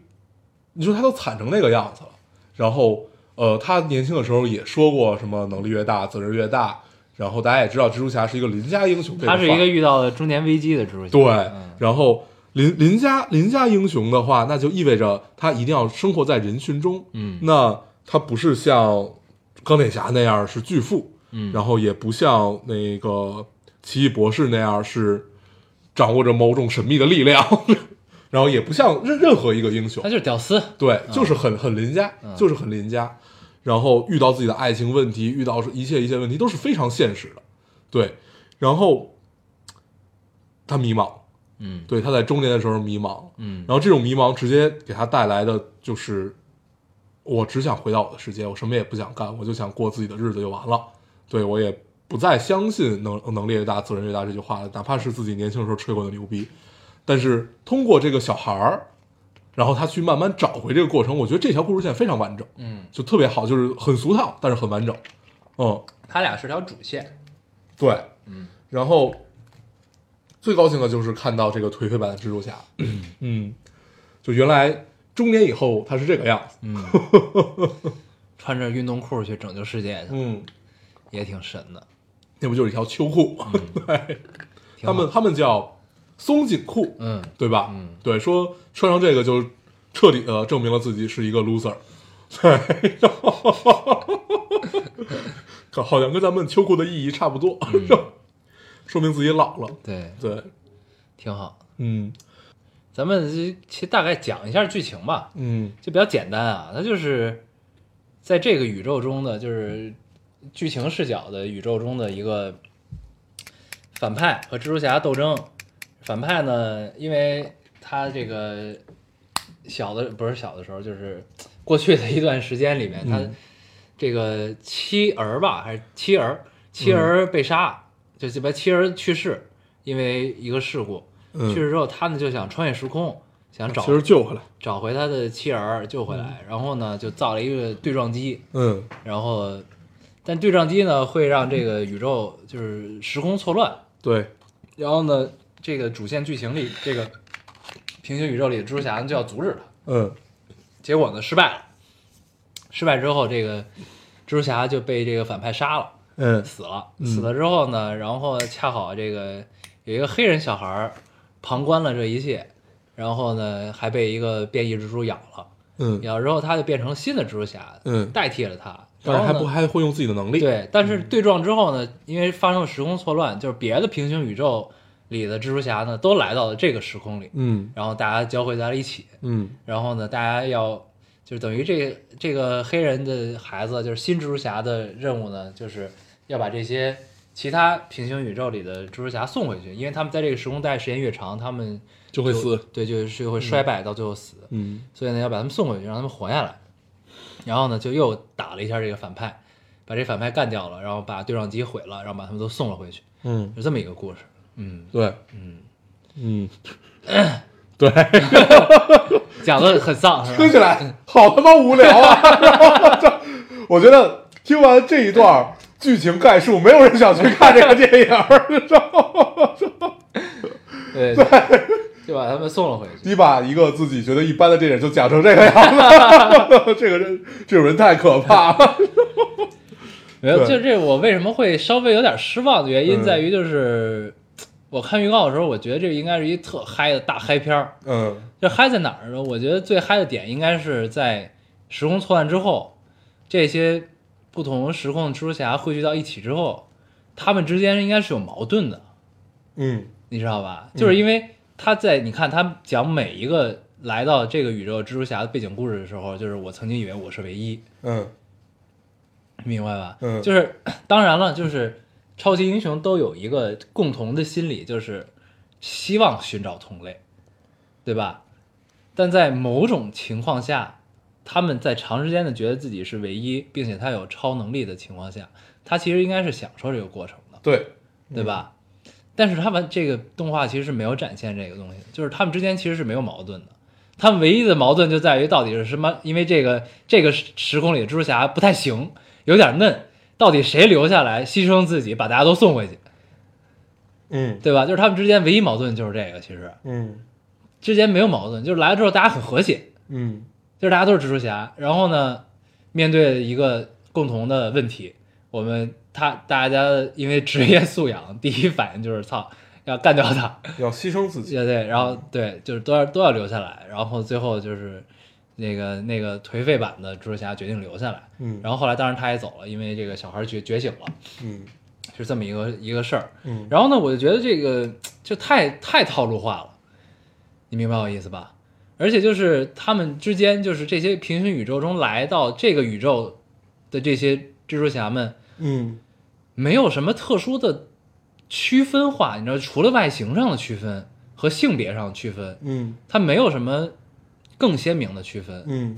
Speaker 4: 你说他都惨成那个样子了，然后呃，他年轻的时候也说过什么能力越大责任越大，然后大家也知道蜘蛛侠是一个邻家英雄这范
Speaker 3: 他
Speaker 4: 儿，
Speaker 3: 是一个遇到了中年危机的蜘蛛侠。
Speaker 4: 对，
Speaker 3: 嗯
Speaker 4: 然后邻邻家邻家英雄的话，那就意味着他一定要生活在人群中，
Speaker 3: 嗯
Speaker 4: 那他不是像钢铁侠那样是巨富，
Speaker 3: 嗯，
Speaker 4: 然后也不像那个奇异博士那样是掌握着某种神秘的力量， 然后也不像任任何一个英雄
Speaker 3: 他，嗯就是屌丝。
Speaker 4: 对，就是很很邻家，就是很邻家。然后遇到自己的爱情问题，遇到一切一切问题都是非常现实的，对。然后他迷茫，
Speaker 3: 嗯
Speaker 4: 对，他在中年的时候迷茫，
Speaker 3: 嗯
Speaker 4: 然后这种迷茫直接给他带来的就是，我只想回到我的世界，我什么也不想干，我就想过自己的日子就完了。对我也不再相信能能力越大责任越大这句话了，哪怕是自己年轻的时候吹过的牛逼，但是通过这个小孩儿，然后他去慢慢找回这个过程，我觉得这条故事线非常完整，
Speaker 3: 嗯，
Speaker 4: 就特别好，就是很俗套，但是很完整。嗯，
Speaker 3: 他俩是条主线。
Speaker 4: 对，嗯，然后最高兴的就是看到这个颓废版的蜘 蛛侠，嗯，就原来中年以后他是这个样子，
Speaker 3: 嗯，穿着运动裤去拯救世界去，
Speaker 4: 嗯，
Speaker 3: 也挺神的。
Speaker 4: 那不就是一条秋裤吗？ 对，
Speaker 3: 挺
Speaker 4: 他
Speaker 3: 好
Speaker 4: 们他们叫松紧裤，
Speaker 3: 嗯
Speaker 4: 对吧？
Speaker 3: 嗯，
Speaker 4: 对，说穿上这个就彻底的证明了自己是一个 loser，对， 然后好像跟咱们秋裤的意义差不多， 说明自己老了，
Speaker 3: 嗯对，
Speaker 4: 对，
Speaker 3: 挺好。
Speaker 4: 嗯
Speaker 3: 咱们这其实大概讲一下剧情吧，
Speaker 4: 嗯
Speaker 3: 就比较简单啊。它就是在这个宇宙中的，就是剧情视角的宇宙中的一个反派和蜘蛛侠斗争。反派呢，因为他这个小的不是小的时候，就是过去的一段时间里面，他
Speaker 4: 嗯
Speaker 3: 这个妻儿吧，还是妻儿，妻儿
Speaker 4: 嗯
Speaker 3: 被杀，就这边妻儿去世，因为一个事故。
Speaker 4: 嗯啊
Speaker 3: 去世之后，他呢就想穿越时空，想找
Speaker 4: 其实救回来，
Speaker 3: 找回他的妻儿，救回来。然后呢，就造了一个对撞机，
Speaker 4: 嗯
Speaker 3: 然后但对撞机呢会让这个宇宙就是时空错乱，
Speaker 4: 对，
Speaker 3: 然后呢，这个主线剧情里这个平行宇宙里的蜘蛛侠呢就要阻止他，
Speaker 4: 嗯，
Speaker 3: 结果呢失败了，失败之后这个蜘蛛侠就被这个反派杀了。
Speaker 4: 嗯，
Speaker 3: 死了，死了之后呢，然后恰好这个有一个黑人小孩儿旁观了这一切，然后呢还被一个变异蜘蛛咬了，
Speaker 4: 嗯，
Speaker 3: 咬了之后他就变成了新的蜘蛛侠，
Speaker 4: 嗯
Speaker 3: 代替了他，
Speaker 4: 但是还嗯
Speaker 3: 然后
Speaker 4: 不
Speaker 3: 呢
Speaker 4: 还会用自己的能力，，
Speaker 3: 对，但是对撞之后呢，因为发生了时空错乱，就是别的平行宇宙里的蜘蛛侠呢都来到了这个时空里，
Speaker 4: 嗯
Speaker 3: 然后大家交汇在了一起，
Speaker 4: 嗯
Speaker 3: 然后呢，大家要就是等于这这个黑人的孩子，就是新蜘蛛侠的任务呢，就是要把这些其他平行宇宙里的蜘蛛侠送回去，因为他们在这个时空带时间越长，他们
Speaker 4: 就会死，
Speaker 3: 对，就是会衰败到最后死，
Speaker 4: 嗯
Speaker 3: 所以呢，要把他们送回去，让他们活下来。然后呢，就又打了一下这个反派，把这反派干掉了，然后把对撞机毁了，然后把他们都送了回去，
Speaker 4: 嗯，
Speaker 3: 就这么一个故事。嗯，
Speaker 4: 对，嗯嗯，对，
Speaker 3: 讲的很丧，是吧
Speaker 4: 听起来好他妈无聊啊！ 然后这我觉得听完这一段剧情概述，没有人想去看这个电影 儿，你知道吗？
Speaker 3: 对， 就就把他们送了回去。
Speaker 4: 你把一个自己觉得一般的电影就讲成这个样子， 这个人这种人太可 怕了。
Speaker 3: 没有，
Speaker 4: 对
Speaker 3: 就这我为什么会稍微有点失望的原因
Speaker 4: 嗯
Speaker 3: 在于，就是、我看预告的时候，我觉得这应该是一特嗨的大嗨片儿。
Speaker 4: 嗯
Speaker 3: 这嗨在哪儿呢？我觉得最嗨的点应该是在时空错乱之后，这些不同时空的蜘蛛侠汇聚到一起之后，他们之间应该是有矛盾的，
Speaker 4: 嗯
Speaker 3: 你知道吧？就是因为他在你看他讲每一个来到这个宇宙蜘蛛侠的背景故事的时候，就是我曾经以为我是唯一，
Speaker 4: 嗯
Speaker 3: 明白吧？
Speaker 4: 嗯
Speaker 3: 就是当然了，就是超级英雄都有一个共同的心理，就是希望寻找同类，对吧？但在某种情况下，他们在长时间的觉得自己是唯一，并且他有超能力的情况下，他其实应该是享受这个过程的，
Speaker 4: 对，
Speaker 3: 对吧？但是他们这个动画其实是没有展现这个东西的，就是他们之间其实是没有矛盾的。他们唯一的矛盾就在于到底是什么？因为这个这个时时空里的蜘蛛侠不太行，有点嫩，到底谁留下来牺牲自己把大家都送回去，
Speaker 4: 嗯
Speaker 3: 对吧？就是他们之间唯一矛盾就是这个，其实
Speaker 4: 嗯
Speaker 3: 之间没有矛盾，就是来了之后大家很和谐，
Speaker 4: 嗯
Speaker 3: 就是大家都是蜘蛛侠，然后呢，面对一个共同的问题，我们他大家因为职业素养，第一反应就是操要干掉他，
Speaker 4: 要牺牲自己，
Speaker 3: 对对，然后对，就是都要都要留下来，然后最后就是那个那个颓废版的蜘蛛侠决定留下来，
Speaker 4: 嗯
Speaker 3: 然后后来当然他也走了，因为这个小孩觉觉醒了，
Speaker 4: 嗯
Speaker 3: 是这么一个一个事儿。
Speaker 4: 嗯
Speaker 3: 然后呢，我就觉得这个就太太套路化了，你明白我意思吧？而且就是他们之间，就是这些平行宇宙中来到这个宇宙的这些蜘蛛侠们，
Speaker 4: 嗯
Speaker 3: 没有什么特殊的区分化，你知道，除了外形上的区分和性别上的区分，
Speaker 4: 嗯
Speaker 3: 它没有什么更鲜明的区分。
Speaker 4: 嗯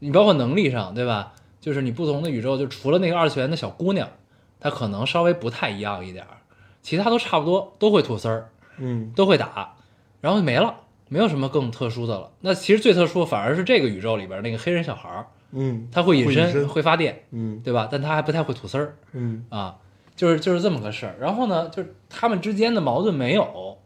Speaker 3: 你包括能力上，对吧？就是你不同的宇宙，就除了那个二次元的小姑娘，她可能稍微不太一样一点儿，其他都差不多，都会吐丝儿，
Speaker 4: 嗯
Speaker 3: 都会打，然后就没了，没有什么更特殊的了。那其实最特殊的反而是这个宇宙里边那个黑人小孩儿，
Speaker 4: 嗯，
Speaker 3: 他会隐
Speaker 4: 隐
Speaker 3: 身，会发电，
Speaker 4: 嗯
Speaker 3: 对吧？但他还不太会吐丝儿
Speaker 4: 嗯
Speaker 3: 啊，就是就是这么个事儿。然后呢，就是他们之间的矛盾没有，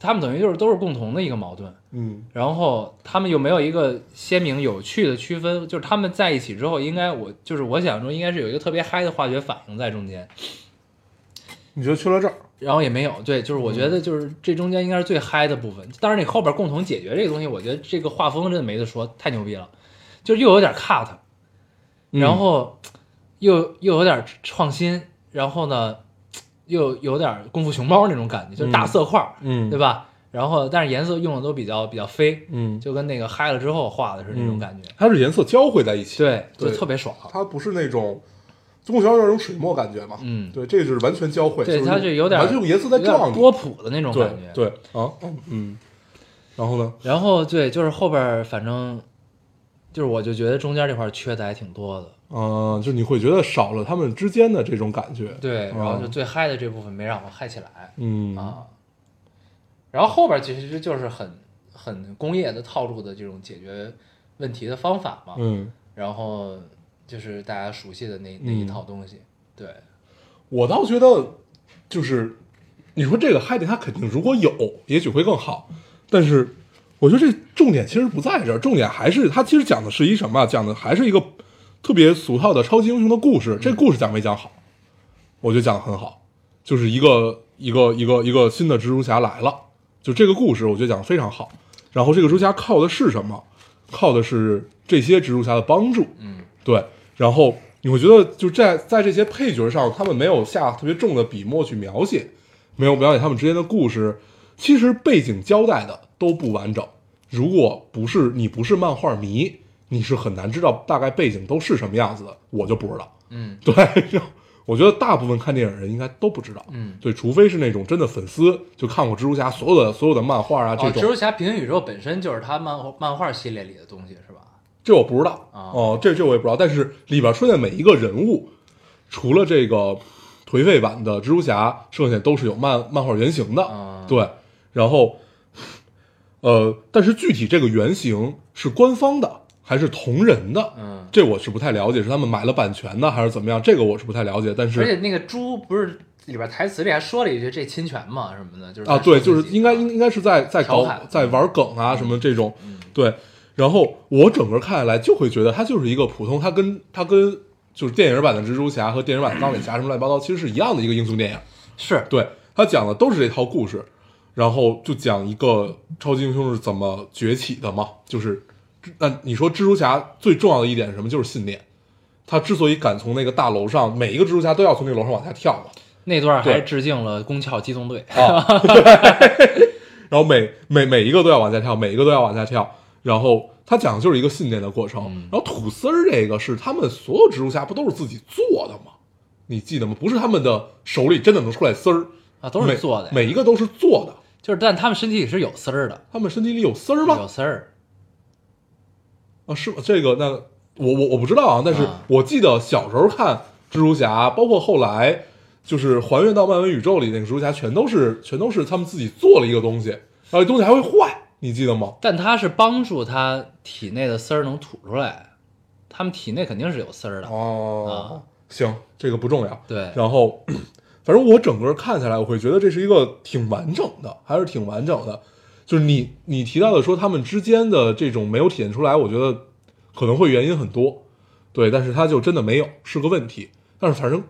Speaker 3: 他们等于就是都是共同的一个矛盾。
Speaker 4: 嗯
Speaker 3: 然后他们有没有一个鲜明有趣的区分？就是他们在一起之后，应该我就是我想中应该是有一个特别嗨的化学反应在中间，
Speaker 4: 你觉得缺了这儿？
Speaker 3: 然后也没有。对，就是我觉得就是这中间应该是最嗨的部分。当然你后边共同解决这个东西，我觉得这个画风真的没得说，太牛逼了，就是又有点 cut，然嗯
Speaker 4: 嗯
Speaker 3: 后又又有点创新，然后呢又有点功夫熊猫那种感觉，就是大色块儿，
Speaker 4: 嗯
Speaker 3: 对吧？然后但是颜色用的都比较比较飞，
Speaker 4: 嗯，
Speaker 3: 就跟那个嗨了之后画的是那种感觉，
Speaker 4: 它是颜色交汇在一起，
Speaker 3: 对，
Speaker 4: 对
Speaker 3: 就特别爽。
Speaker 4: 它不是那种中国小有那种水墨感觉嘛，
Speaker 3: 嗯
Speaker 4: 对，这是完全交汇，
Speaker 3: 对，
Speaker 4: 就
Speaker 3: 它
Speaker 4: 是
Speaker 3: 有点
Speaker 4: 完全用颜色在
Speaker 3: 有点
Speaker 4: 撞你，
Speaker 3: 波普的那种感
Speaker 4: 对
Speaker 3: 觉。，
Speaker 4: 对啊，嗯，然后呢，
Speaker 3: 然后对，就是后边儿反正就是我就觉得中间这块儿缺的还挺多的。
Speaker 4: 嗯，就你会觉得少了他们之间的这种感觉，
Speaker 3: 对，
Speaker 4: 嗯
Speaker 3: 然后就最嗨的这部分没让我嗨起来
Speaker 4: 嗯
Speaker 3: 啊。然后后边儿其实就是很很工业的套路的这种解决问题的方法嘛。
Speaker 4: 嗯
Speaker 3: 然后就是大家熟悉的那那一
Speaker 4: 嗯
Speaker 3: 套东西，对，
Speaker 4: 我倒觉得，就是你说这个嗨点，它肯定如果有，也许会更好。但是，我觉得这重点其实不在这儿，重点还是它其实讲的是一什么啊？讲的还是一个特别俗套的超级英雄的故事。这故事讲没讲好？我觉得讲的很好，就是一个一个一个一个新的蜘蛛侠来了，就这个故事，我觉得讲的非常好。然后这个蜘蛛侠靠的是什么？靠的是这些蜘蛛侠的帮助。
Speaker 3: 嗯，
Speaker 4: 对，然后你会觉得就在在这些配角上，他们没有下特别重的笔墨去描写，没有描写他们之间的故事，其实背景交代的都不完整。如果不是你不是漫画迷，你是很难知道大概背景都是什么样子的。我就不知道，
Speaker 3: 嗯，
Speaker 4: 对，我觉得大部分看电影的人应该都不知道，
Speaker 3: 嗯
Speaker 4: 对，除非是那种真的粉丝，就看过蜘蛛侠所有的所有的漫画啊
Speaker 3: 哦，
Speaker 4: 这
Speaker 3: 蜘
Speaker 4: 种，
Speaker 3: 蛛侠平行宇宙本身就是他漫画漫画系列里的东西是吧？
Speaker 4: 这我不知道
Speaker 3: 啊
Speaker 4: 哦、这这我也不知道。但是里边出现的每一个人物，除了这个颓废版的蜘蛛侠，剩下都是有漫漫画原型的。
Speaker 3: 啊
Speaker 4: 对，然后呃，但是具体这个原型是官方的还是同人的，
Speaker 3: 嗯，
Speaker 4: 这我是不太了解，是他们买了版权的还是怎么样？这个我是不太了解。但
Speaker 3: 而且
Speaker 4: 是
Speaker 3: 那个猪不是里边台词里还说了一句“这侵权嘛”什么的，就是
Speaker 4: 啊，对，
Speaker 3: 他说
Speaker 4: 就
Speaker 3: 自
Speaker 4: 是
Speaker 3: 己
Speaker 4: 应该应应该是在在
Speaker 3: 调
Speaker 4: 搞
Speaker 3: 侃嗯
Speaker 4: 在玩梗啊什么这种，对。然后我整个看下来就会觉得它就是一个普通，它跟它跟就是电影版的蜘蛛侠和电影版的钢铁侠什么乱七八糟，其实是一样的一个英雄电影。
Speaker 3: 是
Speaker 4: 对他讲的都是这套故事，然后就讲一个超级英雄是怎么崛起的嘛，就是，那你说蜘蛛侠最重要的一点是什么？就是信念。他之所以敢从那个大楼上，每一个蜘蛛侠都要从那个楼上往下跳嘛，
Speaker 3: 那段还
Speaker 4: 对
Speaker 3: 致敬了《宫壳机动队》
Speaker 4: 啊， 然后每每每一个都要往下跳，每一个都要往下跳，然后他讲的就是一个信念的过程。
Speaker 3: 嗯
Speaker 4: 然后吐丝儿这个是他们所有蜘蛛侠不都是自己做的吗？你记得吗？不是他们的手里真的能出来丝儿
Speaker 3: 啊，都是做的呀，
Speaker 4: 每，每一个都是做的。
Speaker 3: 就是但他们身体里是有丝儿的，
Speaker 4: 他们身体里有丝儿
Speaker 3: 有
Speaker 4: 吗？
Speaker 3: 丝儿，
Speaker 4: 啊，是吗？这个那我我我不知道啊，但是
Speaker 3: 啊
Speaker 4: 我记得小时候看蜘蛛侠，包括后来就是还原到漫威宇宙里那个蜘蛛侠，全都是全都是他们自己做了一个东西，然后这东西还会坏，你记得吗？
Speaker 3: 但它是帮助他体内的丝儿能吐出来，他们体内肯定是有丝儿的，啊
Speaker 4: 哦，行，这个不重要。
Speaker 3: 对
Speaker 4: 然后 反正我整个看下来，我会觉得这是一个挺完整的，还是挺完整的。就是你你提到的说他们之间的这种没有体现出来，我觉得可能会原因很多，对，但是他就真的没有是个问题。但是反正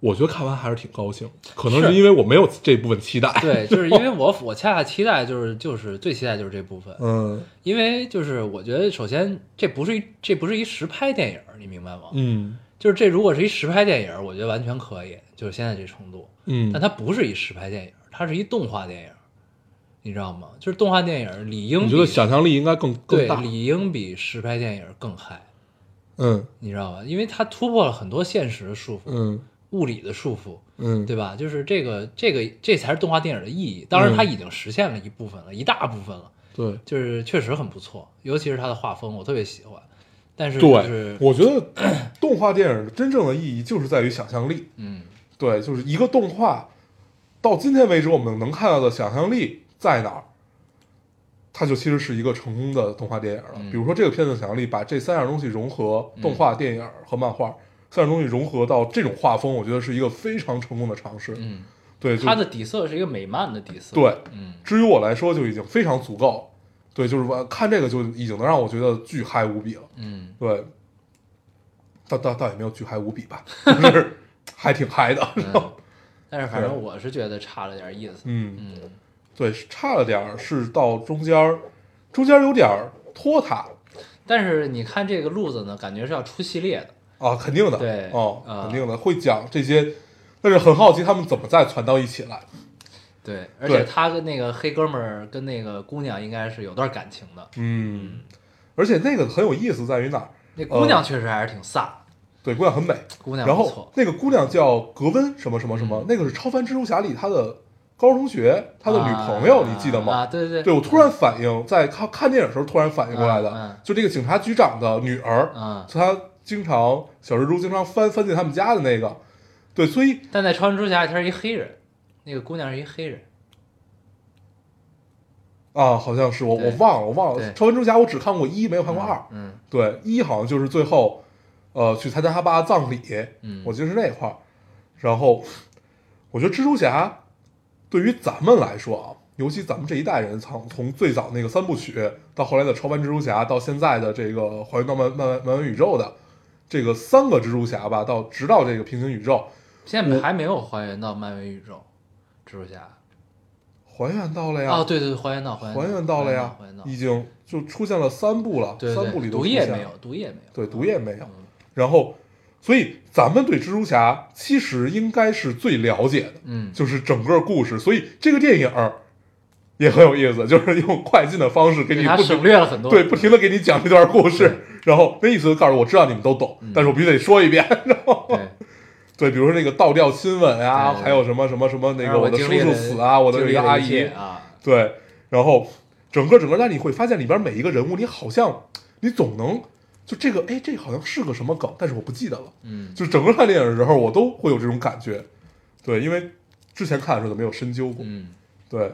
Speaker 4: 我觉得看完还是挺高兴，可能
Speaker 3: 是
Speaker 4: 是因为我没有这部分期待。，
Speaker 3: 对，就是因为我我恰恰期待就是就是最期待就是这部分，
Speaker 4: 嗯
Speaker 3: 因为就是我觉得首先这不是一这不是一实拍电影儿，你明白吗？
Speaker 4: 嗯
Speaker 3: 就是这如果是一实拍电影儿，我觉得完全可以，就是现在这程度。但
Speaker 4: 嗯，
Speaker 3: 它不是一实拍电影儿，它是一动画电影儿，你知道吗？就是动画电影儿理应
Speaker 4: 我
Speaker 3: 比
Speaker 4: 觉得想象力应该更更
Speaker 3: 对
Speaker 4: 大。
Speaker 3: 理应比实拍电影儿更嗨，
Speaker 4: 嗯
Speaker 3: 你知道吧？因为它突破了很多现实的束缚、
Speaker 4: 嗯
Speaker 3: 物理的束缚，
Speaker 4: 嗯，
Speaker 3: 对吧？就是这个这个这才是动画电影儿的意义。当然，它
Speaker 4: 嗯
Speaker 3: 已经实现了一部分了，一大部分了。
Speaker 4: 对。
Speaker 3: 就是确实很不错，尤其是它的画风，我特别喜欢。但是就
Speaker 4: 对
Speaker 3: 是，
Speaker 4: 我觉得动画电影真正的意义就是在于想象力。
Speaker 3: 嗯，
Speaker 4: 对，就是一个动画，到今天为止我们能看到的想象力在哪儿，它就其实是一个成功的动画电影了。
Speaker 3: 嗯
Speaker 4: 比如说这个片子的想象力把这三样东西融合，动画、电影和漫画三样东西融合到这种画风，我觉得是一个非常成功的尝试。
Speaker 3: 嗯，
Speaker 4: 对，就
Speaker 3: 它的底色是一个美漫的底色，
Speaker 4: 对，
Speaker 3: 嗯，
Speaker 4: 至于我来说就已经非常足够了。对，就是我看这个就已经能让我觉得巨嗨无比了。
Speaker 3: 嗯，
Speaker 4: 对，倒倒倒也没有巨嗨无比吧， 就是还挺嗨的。
Speaker 3: 嗯但是反正我是觉得差了点意思，
Speaker 4: 嗯，
Speaker 3: 嗯
Speaker 4: 对，是差了点儿是到中间儿，中间儿有点儿拖沓
Speaker 3: 但是你看这个路子呢，感觉是要出系列的，
Speaker 4: 啊，肯定的，
Speaker 3: 对
Speaker 4: 哦，
Speaker 3: 啊
Speaker 4: 肯定的会讲这些，但是很好奇他们怎么再传到一起来。嗯
Speaker 3: 对，而且
Speaker 4: 对
Speaker 3: 他跟那个黑哥们儿跟那个姑娘应该是有段感情的，
Speaker 4: 嗯，而且那个很有意思在于哪儿？
Speaker 3: 那姑娘确实还是挺飒，
Speaker 4: 对，姑娘很美，
Speaker 3: 姑娘
Speaker 4: 嗯然
Speaker 3: 不
Speaker 4: 后
Speaker 3: 错，嗯
Speaker 4: 那个姑娘叫格温什么什么什么，那个是超凡蜘蛛侠里她的高中同学，她的女朋友，
Speaker 3: 啊
Speaker 4: 你记得吗？
Speaker 3: 啊，对对
Speaker 4: 对我突然反应，在看看电影的时候突然反应过来的，
Speaker 3: 嗯嗯
Speaker 4: 就这个警察局长的女儿，
Speaker 3: 嗯，
Speaker 4: 就她经常小蜘蛛经常翻翻进他们家的那个，对，所以
Speaker 3: 但在超人蜘蛛侠里他是一黑人，那个姑娘是一黑人，
Speaker 4: 啊，好像是我
Speaker 3: 对
Speaker 4: 我忘了我忘了
Speaker 3: 对
Speaker 4: 超凡蜘蛛侠，我只看过一，没有看过二，
Speaker 3: 嗯，
Speaker 4: 对，一好像就是最后呃，去参加他爸的葬礼，
Speaker 3: 嗯
Speaker 4: 我记得是那块儿。然后，我觉得蜘蛛侠对于咱们来说啊，尤其咱们这一代人，从从最早那个三部曲，到后来的超凡蜘蛛侠，到现在的这个还原到漫漫漫漫宇宙的这个三个蜘蛛侠吧，到直到这个平行宇宙，
Speaker 3: 现在还没有还原到漫威宇宙，蜘蛛侠。
Speaker 4: 还原到哎了呀，
Speaker 3: 哦，对对，对还原到还原
Speaker 4: 还原
Speaker 3: 到
Speaker 4: 到了呀
Speaker 3: 还原，到。
Speaker 4: 已经就出现了三部了，
Speaker 3: 对
Speaker 4: 三部里
Speaker 3: 对，
Speaker 4: 都
Speaker 3: 毒
Speaker 4: 出现
Speaker 3: 液
Speaker 4: 了
Speaker 3: 没有，毒液没有。
Speaker 4: 对，毒液没有。
Speaker 3: 嗯
Speaker 4: 然后，所以咱们对蜘蛛侠其实应该是最了解的，
Speaker 3: 嗯，
Speaker 4: 就是整个故事。所以这个电影儿也很有意思，就是用快进的方式给你
Speaker 3: 他
Speaker 4: 不停
Speaker 3: 省略了很多。
Speaker 4: 对不停的给你讲这段故
Speaker 3: 对嗯
Speaker 4: 事， 然后那意思就告诉我我知道你们都懂，但是我必须得说一遍。 然后
Speaker 3: 对，
Speaker 4: 对，比如说那个倒吊亲吻啊，
Speaker 3: 对对对
Speaker 4: 还有什么什么什么那
Speaker 3: 而
Speaker 4: 个我的
Speaker 3: 啊经
Speaker 4: 叔
Speaker 3: 历
Speaker 4: 叔
Speaker 3: 了
Speaker 4: 死啊，我的
Speaker 3: 经
Speaker 4: 有
Speaker 3: 历
Speaker 4: 一个
Speaker 3: 了
Speaker 4: 阿
Speaker 3: 一切
Speaker 4: 姨，
Speaker 3: 啊，
Speaker 4: 对，然后整个整个，但你会发现里边每一个人物，你好像你总能就这个，哎，这好像是个什么梗，但是我不记得了。
Speaker 3: 嗯，
Speaker 4: 就整个看电影的时候，我都会有这种感觉，对，因为之前看的时候都没有深究过，
Speaker 3: 嗯，
Speaker 4: 对，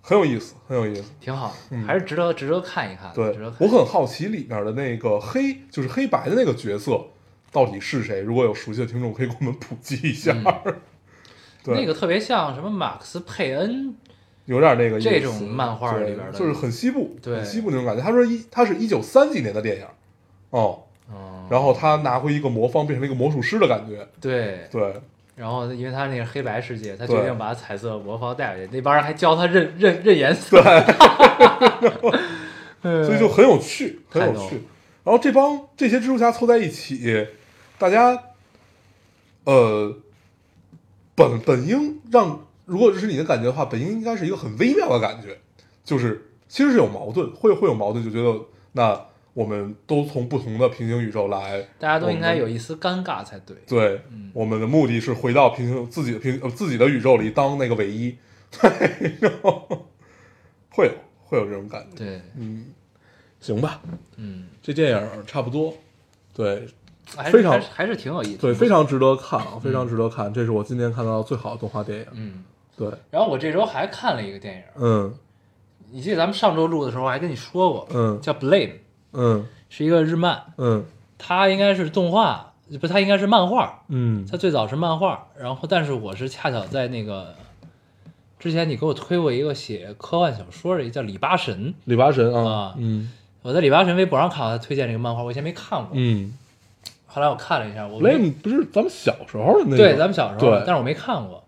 Speaker 4: 很有意思，很有意思。
Speaker 3: 挺好，
Speaker 4: 嗯
Speaker 3: 还是值得值得看一看的。
Speaker 4: 对
Speaker 3: 啊值得看
Speaker 4: 我很好奇里面的那个黑，就是黑白的那个角色到底是谁？如果有熟悉的听众，可以给我们普及一下。
Speaker 3: 嗯
Speaker 4: 对，
Speaker 3: 那个特别像什么马克思佩恩，
Speaker 4: 有点那个意思
Speaker 3: 这种漫画里边的
Speaker 4: 对就是很西部，
Speaker 3: 对
Speaker 4: 很西部那种感觉。他说一，他是一九三几年的电影，哦，
Speaker 3: 嗯，
Speaker 4: 然后他拿回一个魔方，变成了一个魔术师的感觉。
Speaker 3: 对，
Speaker 4: 对，
Speaker 3: 然后因为他那个黑白世界，他
Speaker 4: 对
Speaker 3: 决定把彩色魔方带回去，那帮人还教他认认认颜色， 嗯对
Speaker 4: 所以就很有趣，很
Speaker 3: 太
Speaker 4: 有
Speaker 3: 逗了
Speaker 4: 趣。然后这帮这些蜘蛛侠凑在一起，大家，呃，本本应让，如果是你的感觉的话，本应应该是一个很微妙的感觉，就是其实是有矛盾，会会有矛盾，就觉得那我们都从不同的平行宇宙来，
Speaker 3: 大家都应该
Speaker 4: 我们
Speaker 3: 有一丝尴尬才对。
Speaker 4: 对，
Speaker 3: 嗯
Speaker 4: 我们的目的是回到平行自己的平呃自己的宇宙里当那个唯一， 对，然后会有会有这种感觉，
Speaker 3: 对，
Speaker 4: 嗯，行吧，
Speaker 3: 嗯，
Speaker 4: 这电影儿差不多，对
Speaker 3: 还是
Speaker 4: 非常
Speaker 3: 还是还是挺有意思。
Speaker 4: 对，非。常值得看，啊，非常值得看，这是我今年看到最好的动画电影，
Speaker 3: 嗯，
Speaker 4: 对，
Speaker 3: 然后我这周还看了一个电影，
Speaker 4: 嗯
Speaker 3: 你记得咱们上周录的时候我还跟你说过，
Speaker 4: 嗯
Speaker 3: 叫《Blame》，
Speaker 4: 嗯
Speaker 3: 是一个日漫，
Speaker 4: 嗯
Speaker 3: 它应该是动画，不，它应该是漫画，
Speaker 4: 嗯
Speaker 3: 它最早是漫画，然后但是我是恰巧在那个之前你给我推过一个写科幻小说的，一个叫李八神，
Speaker 4: 李八神
Speaker 3: 啊
Speaker 4: 啊，嗯
Speaker 3: 我在李八神微博上看到他推荐这个漫画，我以前没看过，
Speaker 4: 嗯
Speaker 3: 后来我看了一下，我没
Speaker 4: ，Blame 不是咱们小时候的那个，
Speaker 3: 对，咱们小时候，
Speaker 4: 对
Speaker 3: 但是我没看过，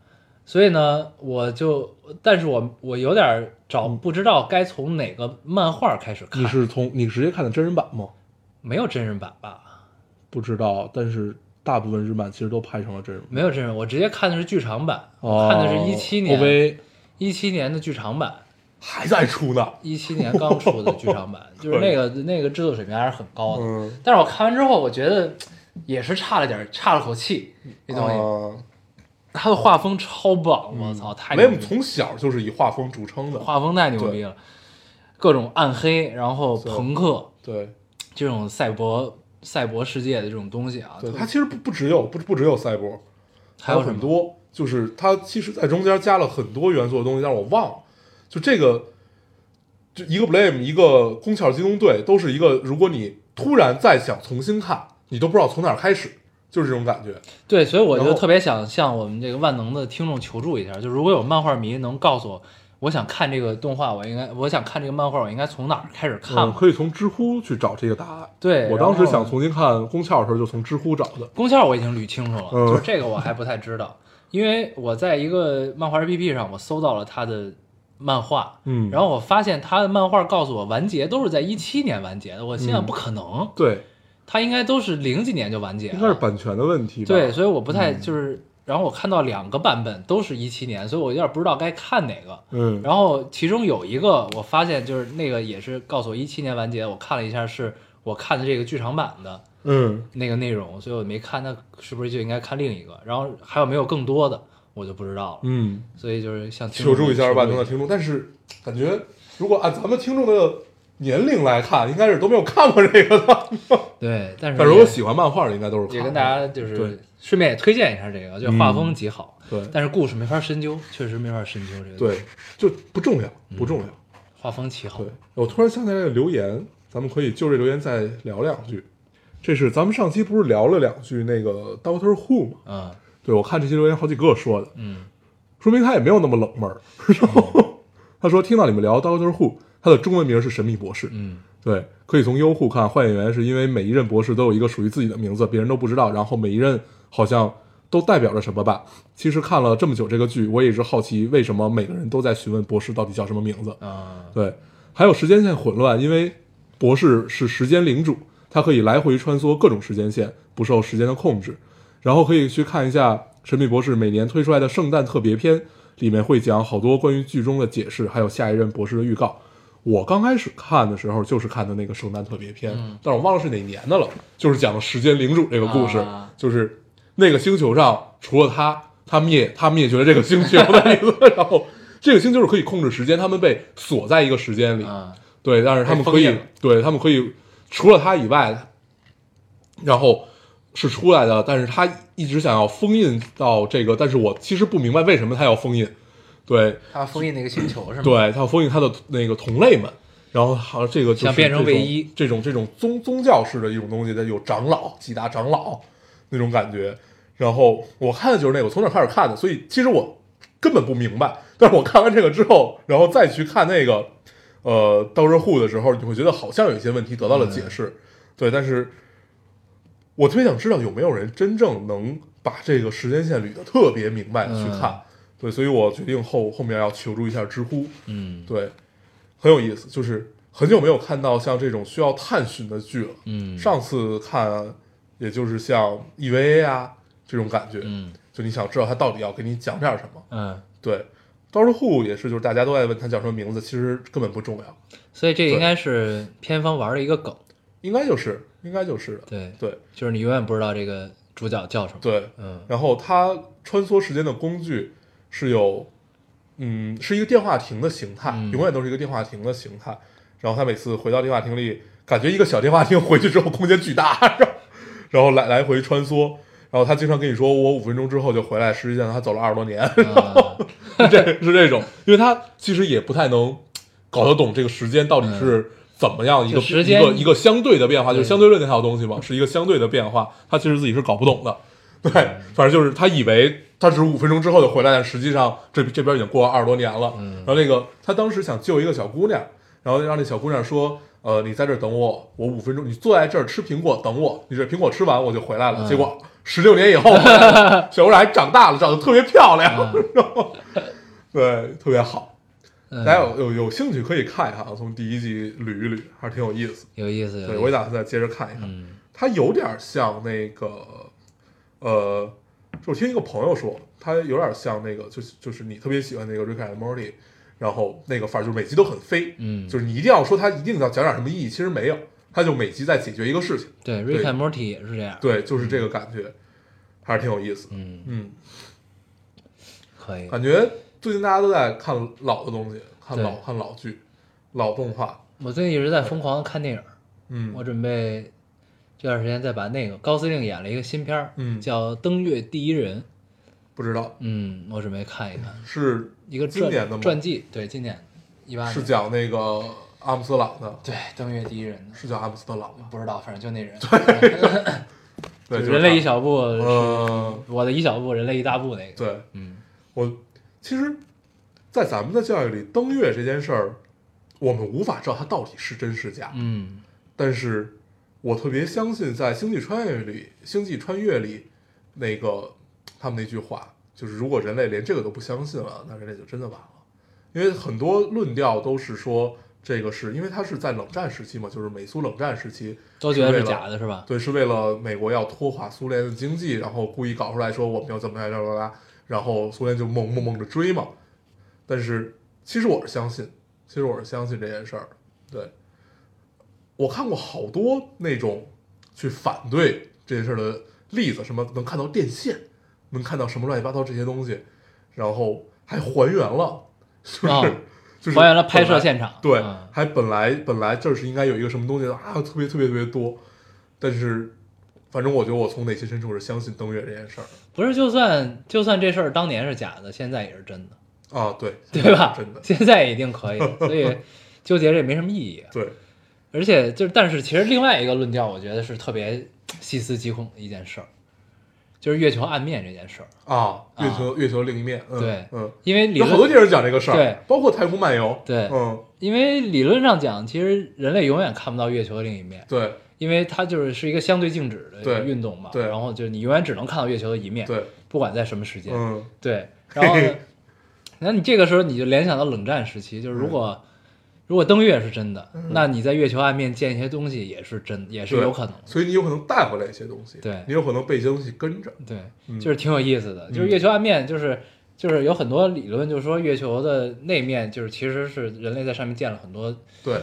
Speaker 3: 所以呢，我就，但是我我有点找不知道该从哪个漫画开始看，
Speaker 4: 嗯你是从你直接看的真人版吗？
Speaker 3: 没有真人版吧？
Speaker 4: 不知道，但是大部分日漫其实都拍成了真人版。
Speaker 3: 没有真人，我直接看的是剧场版，
Speaker 4: 哦，
Speaker 3: 看的是一七年
Speaker 4: OVA
Speaker 3: 一七年的剧场版，
Speaker 4: 还在出呢。
Speaker 3: 一七年刚出的剧场版， 就是那个那个制作水平还是很高的。
Speaker 4: 嗯，
Speaker 3: 但是我看完之后，我觉得也是差了点儿，差了口气。这东西，
Speaker 4: 啊
Speaker 3: 它的画风超棒，我操，太牛逼
Speaker 4: ，Blame
Speaker 3: 了！
Speaker 4: 嗯从小就是以画风著称的。
Speaker 3: 画风太牛逼了，各种暗黑，然后
Speaker 4: 对
Speaker 3: 朋克
Speaker 4: 对
Speaker 3: 这种赛博赛博世界的这种东西啊，
Speaker 4: 对，
Speaker 3: 特
Speaker 4: 它其实不不只有不不只有赛博，
Speaker 3: 还
Speaker 4: 有
Speaker 3: 什
Speaker 4: 很
Speaker 3: 么？
Speaker 4: 多，就是它其实在中间加了很多元素的东西，但是我忘了。就这个，就一个 Blame，一个宫壳机动队，都是一个如果你突然再想重新看，你都不知道从哪儿开始，就是这种感觉。
Speaker 3: 对，所以我就
Speaker 4: 然后
Speaker 3: 特别想向我们这个万能的听众求助一下，就如果有漫画迷能告诉我，我想看这个动画，我应该我想看这个漫画，我应该从哪儿开始看
Speaker 4: 嗯，
Speaker 3: 嘛？
Speaker 4: 可以从知乎去找这个答案。
Speaker 3: 对
Speaker 4: 我当时
Speaker 3: 然后
Speaker 4: 想重新看宫壳的时候，就从知乎找的。
Speaker 3: 功效我已经捋清楚了，
Speaker 4: 嗯
Speaker 3: 就是这个我还不太知道，因为我在一个漫画 APP 上我搜到了他的漫画，
Speaker 4: 嗯
Speaker 3: 然后我发现他的漫画告诉我完结都是在一七年完结的，我心想
Speaker 4: 嗯
Speaker 3: 不可能，
Speaker 4: 对，
Speaker 3: 他应该都是零几年就完结了，
Speaker 4: 应该是版权的问题吧？嗯
Speaker 3: 对，，所以我不太就是，然后我看到两个版本都是一七年，所以我有点不知道该看哪个。
Speaker 4: 嗯，
Speaker 3: 然后其中有一个我发现就是那个也是告诉我一七年完结，我看了一下是我看的这个剧场版的
Speaker 4: 嗯，
Speaker 3: 那个内容，所以我没看，那是不是就应该看另一个？然后还有没有更多的，我就不知道了。
Speaker 4: 嗯，
Speaker 3: 所以就是想听
Speaker 4: 求助一下万能
Speaker 3: 的
Speaker 4: 的听众。但是感觉如果按咱们听众的年龄来看，应该是都没有看过这个的。
Speaker 3: 对，但是
Speaker 4: 但如果
Speaker 3: 也
Speaker 4: 喜欢漫画的，应该都是看
Speaker 3: 也
Speaker 4: 过
Speaker 3: 跟大家就
Speaker 4: 对嗯
Speaker 3: 是顺便也推荐一下这个，就画风极好，
Speaker 4: 对
Speaker 3: 但是故事没法深究，确实没法深究这个。，
Speaker 4: 对，就不重要，不重要。
Speaker 3: 画风奇好
Speaker 4: 对。，我突然想起来一个留言，咱们可以就这留言再聊两句。这是咱们上期不是聊了两句那个 Doctor Who 吗？
Speaker 3: 嗯
Speaker 4: 对我看这些留言好几个说的，
Speaker 3: 嗯，哦
Speaker 4: 说明他也没有那么冷门儿。 然后他说听到你们聊 Doctor Who，他的中文名是神秘博士。
Speaker 3: 嗯
Speaker 4: 对，可以从优酷看换演员，是因为每一任博士都有一个属于自己的名字，别人都不知道，然后每一任好像都代表着什么吧。其实看了这么久这个剧，我也一直好奇为什么每个人都在询问博士到底叫什么名字。
Speaker 3: 啊
Speaker 4: 对，还有时间线混乱，因为博士是时间领主，他可以来回穿梭各种时间线，不受时间的控制。然后可以去看一下《神秘博士》每年推出来的圣诞特别篇，里面会讲好多关于剧中的解释，还有下一任博士的预告。我刚开始看的时候就是看的那个圣诞特别篇，但是我忘了是哪年的了，就是讲的时间领主这个故事，
Speaker 3: 啊
Speaker 4: 就是那个星球上除了他，他们也他们也觉得这个星球的意思，然后这个星球是可以控制时间，他们被锁在一个时间里，
Speaker 3: 啊
Speaker 4: 对，但是他们
Speaker 3: 被
Speaker 4: 可
Speaker 3: 封印
Speaker 4: 以
Speaker 3: 了，
Speaker 4: 对他们可以除了他以外，然后是出来的，但是他一直想要封印到这个，但是我其实不明白为什么他要封印，对，
Speaker 1: 他封印那个星球是吗？
Speaker 4: 对，他要封印他的那个同类们，然后好像这个就是
Speaker 3: 想变成
Speaker 4: 这种
Speaker 3: 唯一
Speaker 4: 这种这种宗宗教式的一种东西的，有长老几大长老那种感觉。然后我看的就是那个，我从哪开始看的，所以其实我根本不明白。但是我看完这个之后，然后再去看那个呃《Doctor Who》的时候，你会觉得好像有一些问题得到了解释，
Speaker 3: 嗯
Speaker 4: 对。但是我特别想知道有没有人真正能把这个时间线捋得特别明白的去
Speaker 3: 嗯
Speaker 4: 看，对。所以我决定后后面要求助一下知乎，
Speaker 3: 嗯
Speaker 4: 对，很有意思，就是很久没有看到像这种需要探寻的剧了。
Speaker 3: 嗯
Speaker 4: 上次看，也就是像 EVA 啊这种感觉，
Speaker 3: 嗯
Speaker 4: 就你想知道它到底要给你讲点什么。
Speaker 3: 嗯，
Speaker 4: 对，Doctor Who 也是，就是大家都在问他叫什么名字，其实根本不重要，
Speaker 3: 所以这应该是片方玩的一个梗，
Speaker 4: 应该就是，应该就是的。
Speaker 3: 对，
Speaker 4: 对
Speaker 3: 就是你永远不知道这个主角叫什么，
Speaker 4: 对，
Speaker 3: 嗯
Speaker 4: 然后它穿梭时间的工具是有，嗯，是一个电话亭的形态，
Speaker 3: 嗯
Speaker 4: 永远都是一个电话亭的形态。然后他每次回到电话亭里，感觉一个小电话亭回去之后空间巨大， 然后然后来来回穿梭。然后他经常跟你说我五分钟之后就回来，实际上他走了二十多年，
Speaker 3: 啊
Speaker 4: 这是这种，因为他其实也不太能搞得懂这个时间到底是怎么样一个、
Speaker 3: 嗯就时间
Speaker 4: 一个一个相对的变化，就
Speaker 3: 对
Speaker 4: 是相对论那套东西嘛，是一个相对的变化，他其实自己是搞不懂的。对，
Speaker 3: 嗯
Speaker 4: 反正就是他以为他只是五分钟之后就回来，但实际上这这边已经过了二十多年了。
Speaker 3: 嗯
Speaker 4: 然后那个他当时想救一个小姑娘，然后让那小姑娘说。呃，你在这儿等我，我五分钟，你坐在这儿吃苹果等我，你这苹果吃完我就回来了。
Speaker 3: 嗯
Speaker 4: 结果十六年以后， 小姑娘还长大了，长得特别漂亮，然后对，特别好。
Speaker 3: 嗯
Speaker 4: 大家有有有兴趣可以看一看啊，从第一集捋一捋，还是挺有意思。
Speaker 3: 有意思，有意
Speaker 4: 对，
Speaker 3: 思
Speaker 4: 我也打算再接着看一看。
Speaker 3: 嗯
Speaker 4: 它有点像那个，呃，就我听一个朋友说，它有点像那个，就是就是你特别喜欢那个《瑞克和莫蒂》，然后那个范儿就是每集都很飞，
Speaker 3: 嗯，
Speaker 4: 就是你一定要说它一定要讲点什么意义，其实没有，它就每集在解决一个事情。
Speaker 3: 对，Rick
Speaker 4: 对
Speaker 3: and Morty 也是这样，，
Speaker 4: 对，就是这个感觉，还是挺有意思的。
Speaker 3: 嗯，
Speaker 4: 嗯，
Speaker 3: 可以，
Speaker 4: 感觉最近大家都在看老的东西，看
Speaker 3: 对
Speaker 4: 老看老剧、老动画。
Speaker 3: 我最近一直在疯狂地看电影，
Speaker 4: 嗯，
Speaker 3: 我准备这段时间再把那个高司令演了一个新片儿，
Speaker 4: 嗯
Speaker 3: 叫《登月第一人》，
Speaker 4: 不知道
Speaker 3: 嗯，我准备看一看，
Speaker 4: 是
Speaker 3: 一个
Speaker 4: 今
Speaker 3: 传
Speaker 4: 年的吗
Speaker 3: 传记，对，今年一八
Speaker 4: 是
Speaker 3: 年，
Speaker 4: 讲那个阿姆斯特朗的，
Speaker 3: 对，登月第一人的，
Speaker 4: 是叫阿姆斯特朗吗？
Speaker 3: 不知道，反正就那人，
Speaker 4: 对，就是
Speaker 3: 人类
Speaker 4: 他
Speaker 3: 一，小步，
Speaker 4: 嗯，
Speaker 3: 我的一小步，人类一大步那个，
Speaker 4: 对
Speaker 3: 嗯
Speaker 4: 我其实，在咱们的教育里，登月这件事儿，我们无法知道它到底是真是假，
Speaker 3: 嗯
Speaker 4: 但是我特别相信在《星际穿越》里，《星际穿越》里那个他们那句话，就是如果人类连这个都不相信了，那人类就真的完了。因为很多论调都是说这个是因为它是在冷战时期嘛，就是美苏冷战时期，
Speaker 3: 都觉得
Speaker 4: 为
Speaker 3: 是
Speaker 4: 了
Speaker 3: 假的是吧？
Speaker 4: 对，是为了美国要拖垮苏联的经济，然后故意搞出来说我们要怎么样，啦啦啦，然后苏联就猛猛猛的追嘛。但是其实我是相信，其实我是相信这件事儿的。对，我看过好多那种去反对这件事儿的例子，什么能看到电线，能看到什么乱七八糟这些东西，然后还还原了，就是、
Speaker 3: 哦
Speaker 4: 就是
Speaker 3: 还原了拍
Speaker 4: 本
Speaker 3: 摄
Speaker 4: 来
Speaker 3: 现场，
Speaker 4: 对
Speaker 3: 嗯，
Speaker 4: 还本来本来这儿是应该有一个什么东西的啊，特别特别特别多，但是反正我觉得我从内心深处是相信登月这件事儿的
Speaker 3: 不是，就算就算这事儿当年是假的，现在也是真的，
Speaker 4: 啊，对
Speaker 3: 对吧？
Speaker 4: 真的
Speaker 3: 现在也一定可以，所以纠结这没什么意义。
Speaker 4: 对，
Speaker 3: 而且就是，但是其实另外一个论调，我觉得是特别细思极恐的一件事儿，就是月球暗面这件事儿。
Speaker 4: 啊，月
Speaker 3: 啊
Speaker 4: 球月球另一面，嗯
Speaker 3: 对
Speaker 4: 嗯，
Speaker 3: 因为理
Speaker 4: 有好多
Speaker 3: 论
Speaker 4: 电影讲这个事儿，
Speaker 3: 对，
Speaker 4: 包括太空漫游，
Speaker 3: 对
Speaker 4: 嗯，
Speaker 3: 因为理论上讲，其实人类永远看不到月球的另一面，
Speaker 4: 对
Speaker 3: 因为它就是是一个相对静止的
Speaker 4: 对
Speaker 3: 运动嘛。
Speaker 4: 对
Speaker 3: 然后就是你永远只能看到月球的一面，
Speaker 4: 对，
Speaker 3: 不管在什么时间。
Speaker 4: 嗯
Speaker 3: 对，然后
Speaker 4: 嘿
Speaker 3: 呢
Speaker 4: 嘿，
Speaker 3: 那你这个时候你就联想到冷战时期，就是如
Speaker 4: 嗯
Speaker 3: 果、如果登月是真的，那你在月球暗面建一些东西也是真，也是
Speaker 4: 对
Speaker 3: 有可能的。
Speaker 4: 所以你有可能带回来一些东西，
Speaker 3: 对
Speaker 4: 你有可能被一些东西跟着，
Speaker 3: 对，
Speaker 4: 嗯
Speaker 3: 就是挺有意思的。就是
Speaker 4: 嗯
Speaker 3: 月球暗面，就是就是有很多理论，就是说月球的内面，就是其实是人类在上面建了很多
Speaker 4: 对，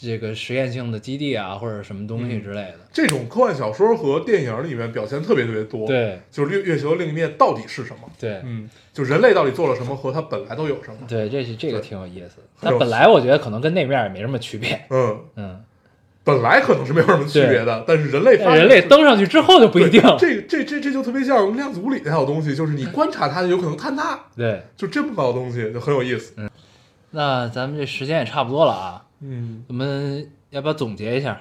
Speaker 3: 这个实验性的基地啊，或者什么东西
Speaker 4: 嗯
Speaker 3: 之类的。
Speaker 4: 这种科幻小说和电影里面表现特别特别多，，
Speaker 3: 对
Speaker 4: 就是月月球另一面到底是什么？
Speaker 3: 对、
Speaker 4: 嗯，就人类到底做了什么和它本来都有什么？
Speaker 3: 对，这是这个
Speaker 4: 对
Speaker 3: 挺有意思的。
Speaker 4: 很
Speaker 3: 但
Speaker 4: 有
Speaker 3: 本
Speaker 4: 意思
Speaker 3: 来我觉得可能跟那面也没什么区别。
Speaker 4: 嗯，
Speaker 3: 嗯，
Speaker 4: 本来可能是没有什么区别的，但是人类发
Speaker 3: 但
Speaker 4: 现
Speaker 3: 人类登上去之后就不一定。
Speaker 4: 这这这这就特别像量子物理那套东西，就是你观察它，有可能坍塌，
Speaker 3: 对，
Speaker 4: 就这么高的东西就很有意思。
Speaker 3: 嗯那咱们这时间也差不多了啊，
Speaker 4: 嗯，
Speaker 3: 我们要不要总结一下？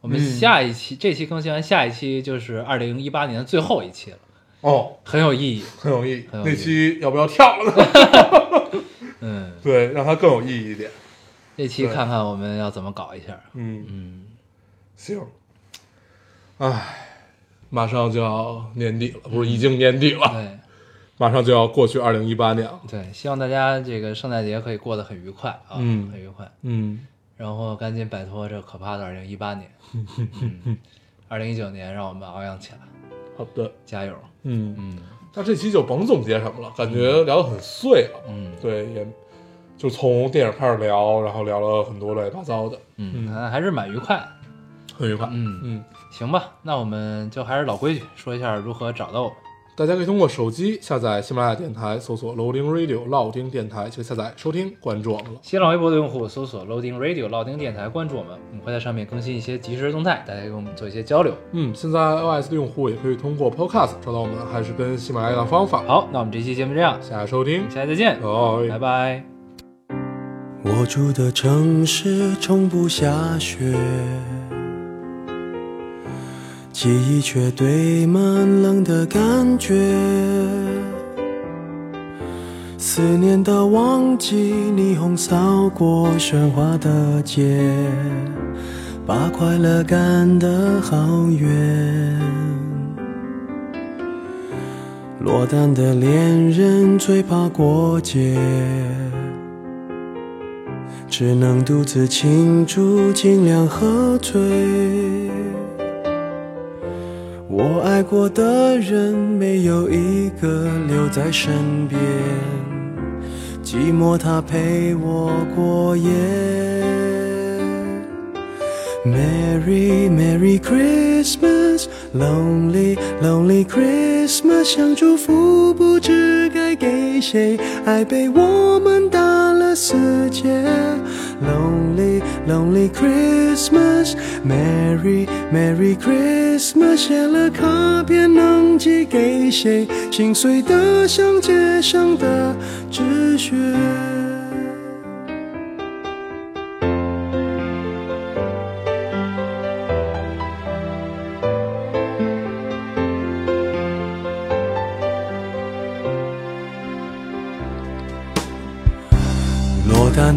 Speaker 3: 我们
Speaker 4: 嗯
Speaker 3: 下一期、这期更新完，下一期就是二零一八年的最后一期了，
Speaker 4: 哦，
Speaker 3: 很有意义。
Speaker 4: 很有意义。
Speaker 3: 很有意义
Speaker 4: 那期要不要跳 了呢？
Speaker 3: 嗯，
Speaker 4: 对，让它更有意义一点。
Speaker 3: 这期
Speaker 4: 对
Speaker 3: 看看我们要怎么搞一下。
Speaker 4: 嗯，
Speaker 3: 嗯，
Speaker 4: 行。唉，马上就要年底了，不是已经年底了，
Speaker 3: 对
Speaker 4: 马上就要过去二零一八年了。
Speaker 3: 对，希望大家这个圣诞节可以过得很愉快啊，
Speaker 4: 嗯
Speaker 3: 很愉快。
Speaker 4: 嗯，
Speaker 3: 然后赶紧摆脱这可怕的二零一八 年，嗯二零一九年让我们昂扬起来，
Speaker 4: 好的。
Speaker 3: 加油！
Speaker 4: 嗯，
Speaker 3: 嗯
Speaker 4: 那这期就甭总结什么了，感觉聊得很碎了。
Speaker 3: 嗯
Speaker 4: 对，也就从电影开始聊，然后聊了很多乱七八糟的，
Speaker 3: 嗯，那还是蛮愉快的。
Speaker 4: 很愉快。
Speaker 3: 嗯
Speaker 4: 嗯，
Speaker 3: 行吧，那我们就还是老规矩，说一下如何找到我们。
Speaker 4: 大家可以通过手机下载喜马拉雅电台，搜索 Loading Radio 老丁电台，就下载收听，关注我们了。
Speaker 3: 新浪微博的用户搜索 Loading Radio 老丁电台，关注我们，我们会在上面更新一些即时动态，大家跟我们做一些交流。
Speaker 4: 嗯，现在 iOS 的用户也可以通过 Podcast 找到我们，还是跟喜马拉雅的方法。
Speaker 3: 好，那我们这期节目这样，
Speaker 4: 下载收听，
Speaker 3: 下期再见，拜
Speaker 4: 拜
Speaker 3: 拜。
Speaker 5: 我住的城市从不下雪，记忆却堆满冷的感觉。思念的旺季，霓虹扫过喧哗的街，把快乐赶得好远。落单的恋人最怕过节。只能独自庆祝，尽量喝醉。我爱过的人没有一个留在身边，寂寞它陪我过夜。Merry Merry Christmas，Lonely Lonely Christmas，想祝福不知该给谁，爱被我们打了死结。Lonely Lonely Christmas，Merry Merry Christmas，写了卡片能寄给谁？心碎的像街上的纸屑。落单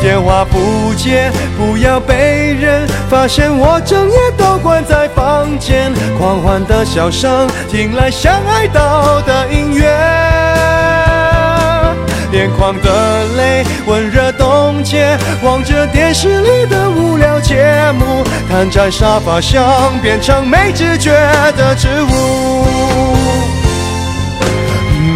Speaker 5: 电话不接，不要被人发现我整夜都关在房间，狂欢的笑声听来像哀悼的音乐。眼眶的泪温热冻结，望着电视里的无聊节目，瘫在沙发上变成没知觉的植物。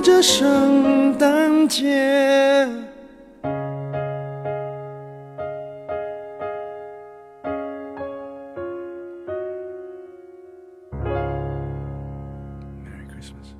Speaker 5: 这圣诞节？Merry Christmas.